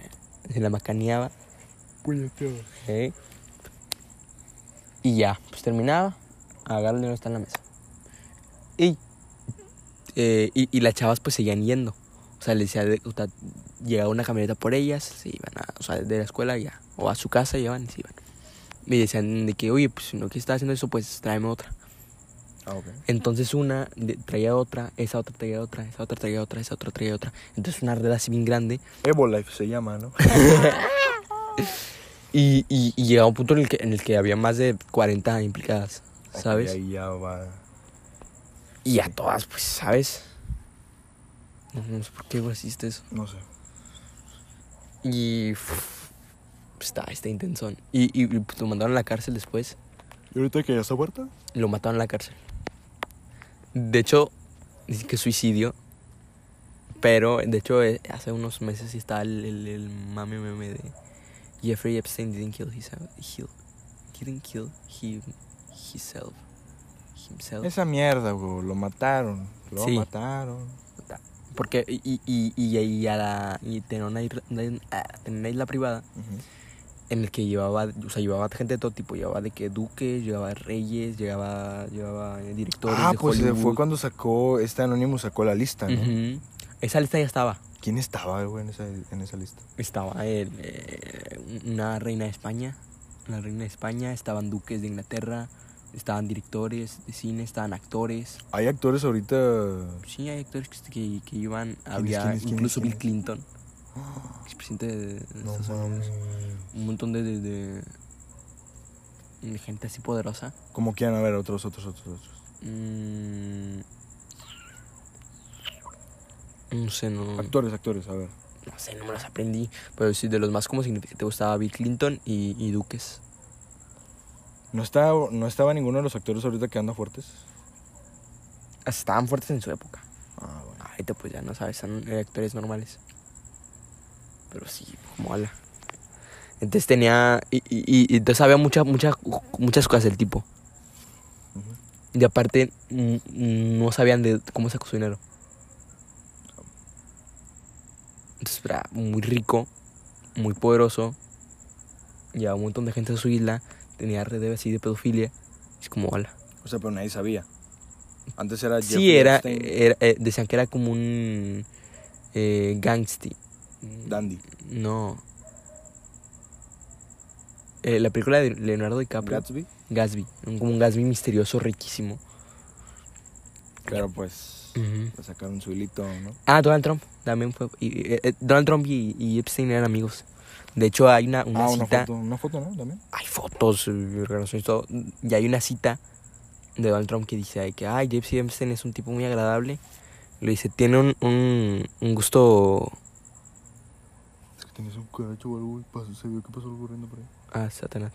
se la macaneaba. ¿eh? Y ya, pues terminaba. Agarra el dinero, está en la mesa. Y, eh, y, y las chavas pues seguían yendo. O sea, le decía, de- o sea, llegaba una camioneta por ellas, se iban a, o sea, de la escuela ya, o a su casa llevan y se iban. Y decían de que, oye, pues no que estás haciendo eso, pues tráeme otra. Ah, ok. Entonces una de- traía otra, esa otra traía otra, esa otra traía otra, esa otra traía otra. Entonces una red así bien grande Evolife se llama, ¿no? Y, y, y llegaba un punto en el, que, en el que había más de 40 implicadas, ¿sabes? Ahí ya va. Y a todas, pues, ¿sabes? No, no sé por qué güey, hiciste eso. No sé. Y. uf, está, está intensón. Y, y y, pues, lo mandaron a la cárcel después. ¿Y ahorita que ya está muerta? Lo mataron en la cárcel. De hecho, dicen que suicidio. Pero, de hecho, eh, hace unos meses sí estaba el, el, el mame meme de Jeffrey Epstein didn't kill himself. He didn't kill him, himself. Himself. Esa mierda, güey. Lo mataron. Lo Sí. mataron. Porque, y, y, y, y a la. Y tenía una isla, una- ah, tenía una isla privada Ujú. en el que llevaba, o sea, llevaba gente de todo tipo, llevaba de que duques, llevaba reyes, llevaba, llevaba eh, directores Ah, de pues eh, Hollywood. fue cuando sacó, este anónimo sacó la lista, ¿no? Ujú. Esa lista ya estaba. ¿Quién estaba, güey, en esa, en esa lista? Estaba el, eh, una reina de España, la reina de España, estaban duques de Inglaterra, estaban directores de cine, estaban actores. Hay actores ahorita... Sí, hay actores que, que, que iban, es, había quién es, quién es, incluso quién Bill es? Clinton, expresidente de, de No Estados mames. Unidos. Un montón de, de- de- de gente así poderosa. Como quieran, a ver, otros, otros, otros, otros. Mm. No sé, no. Actores, actores, a ver. No sé, no me los aprendí. Pero sí, de los más como significativos estaba Bill Clinton y, y Duques. ¿No, está, ¿No estaba ninguno de los actores ahorita que anda fuertes? Estaban fuertes en su época. Ah, bueno. Ahorita pues ya no sabes, son eh, actores normales. Pero sí, mola. Entonces tenía. Y, y, y- y entonces había mucha, mucha, muchas cosas del tipo. Ujú. Y aparte, mm, mm, no sabían de cómo sacó su dinero. Entonces era muy rico, muy poderoso. Llevaba un montón de gente a su isla. Tenía redes así de pedofilia. Es como, hola. O sea, pero nadie sabía. Antes era Sí, Jeffrey era, Epstein, era- eh, decían que era como un eh, gangsti. Dandy. No. Eh, la película de Leonardo DiCaprio. Gatsby. Gatsby. un- Como un Gatsby misterioso, riquísimo. Pero pues... Le sacaron su hilito, ¿no? Ah, Donald Trump también fue. y- y- eh, Donald Trump y, y Epstein eran amigos. De hecho, hay una, una ah, una cita. foto, una foto, ¿no? [laughs] También. Hay fotos, eh, organizaciones, todo. Y hay una cita de Donald Trump que dice de que, ay, Jeffrey Epstein es un tipo muy agradable. Le dice, tiene un, un, un gusto. Es que tenías un caracho o algo y pasó, se vio que pasó algo corriendo por ahí. Ah, Satanás.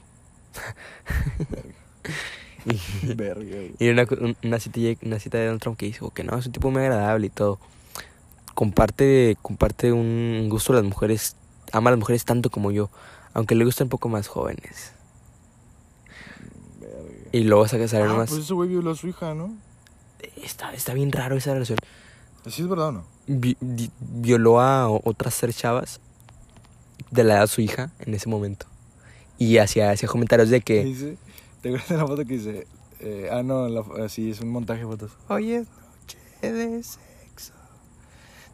Verga, güey. Y una, un- una, cita, una cita de Donald Trump que dijo que no, es un tipo muy agradable y todo. Comparte, comparte un gusto a las mujeres, ama a las mujeres tanto como yo, aunque le gustan un poco más jóvenes. Verga. Y luego saca saber Ah, más. pues ese güey violó a su hija, ¿no? Está, está bien raro esa relación. ¿Así es verdad o no? Vi- di- violó a o- otras tres chavas de la edad de su hija en ese momento. Y hacía, hacía comentarios de ¿Qué? que. Dice, ¿Te acuerdas de la foto que dice? eh, ah, no, la, fo- sí, es un montaje de fotos. Hoy es noche de sexo.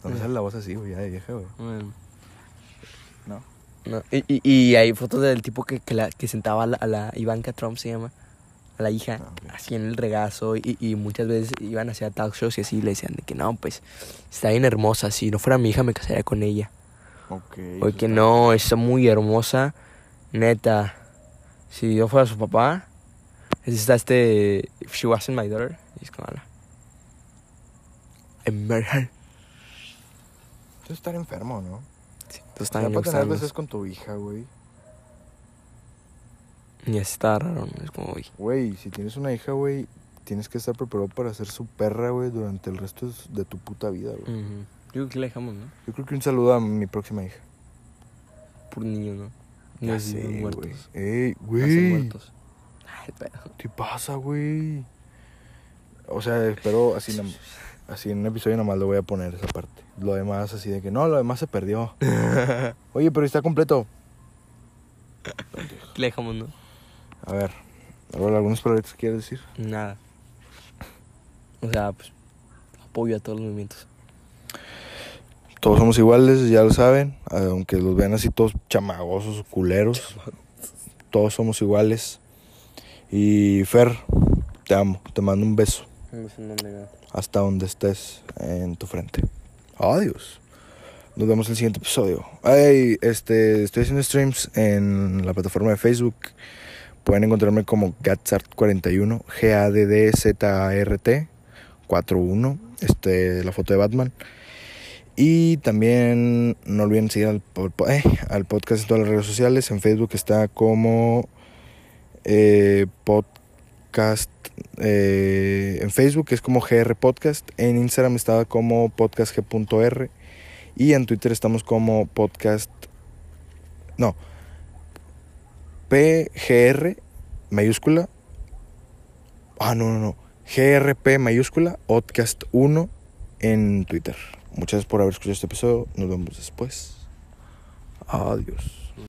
No me sale la voz así, güey, ya de vieja, güey. Bueno. No. No, Y, y- y hay fotos del tipo que, que la- que sentaba a la, a la Ivanka Trump, se llama, a la hija, Ah, ok. así en el regazo. Y, y muchas veces iban hacia talk shows y así y le decían de que no, pues está bien hermosa. Si no fuera mi hija, me casaría con ella. Ok. O eso que está- no, está muy hermosa. Neta, si yo fuera su papá, está este. If she wasn't my daughter, y es como, "Ala". En verdad. Eso es estar enfermo, ¿no? Sí, entonces Ya también me para tener gustaban los- veces con tu hija, güey. Y así está raro, ¿no? es como, uy. Güey, si tienes una hija, güey, tienes que estar preparado para ser su perra, güey, durante el resto de su- de tu puta vida, güey. Ujú. Yo creo que le dejamos, ¿no? Yo creo que un saludo a mi próxima hija. Por niños, ¿no? Ya Niños sé, güey. muertos. Ey, Nacen güey. muertos. Ay, pero. ¿Qué pasa, güey? O sea, espero así, nam- así en un episodio nomás lo voy a poner esa parte. Lo demás así de que no, lo demás se perdió. Oye, pero está completo. Le dejamos, ¿no? A ver, Raúl, ¿algunas palabras que quieres decir? Nada. O sea, pues. Apoyo a todos los movimientos. Todos somos iguales, ya lo saben. Aunque los vean así todos chamagosos, culeros. Todos somos iguales. Y Fer, te amo. Te mando un beso hasta donde estés en tu frente. Adiós. Nos vemos en el siguiente episodio. Ay, este, estoy haciendo streams en la plataforma de Facebook. Pueden encontrarme como Gatzart41, G-A-D-D-Z-A-R-T 41, este, la foto de Batman. Y también no olviden seguir al, po- po- eh, al podcast en todas las redes sociales. En Facebook está como eh, podcast. eh, en Facebook es como GR Podcast. En Instagram está como podcastg.r. Y en Twitter estamos como podcast. No. PGR mayúscula. Ah, no, no, no. GRP mayúscula, podcast 1 en Twitter. Muchas gracias por haber escuchado este episodio. Nos vemos después. Adiós.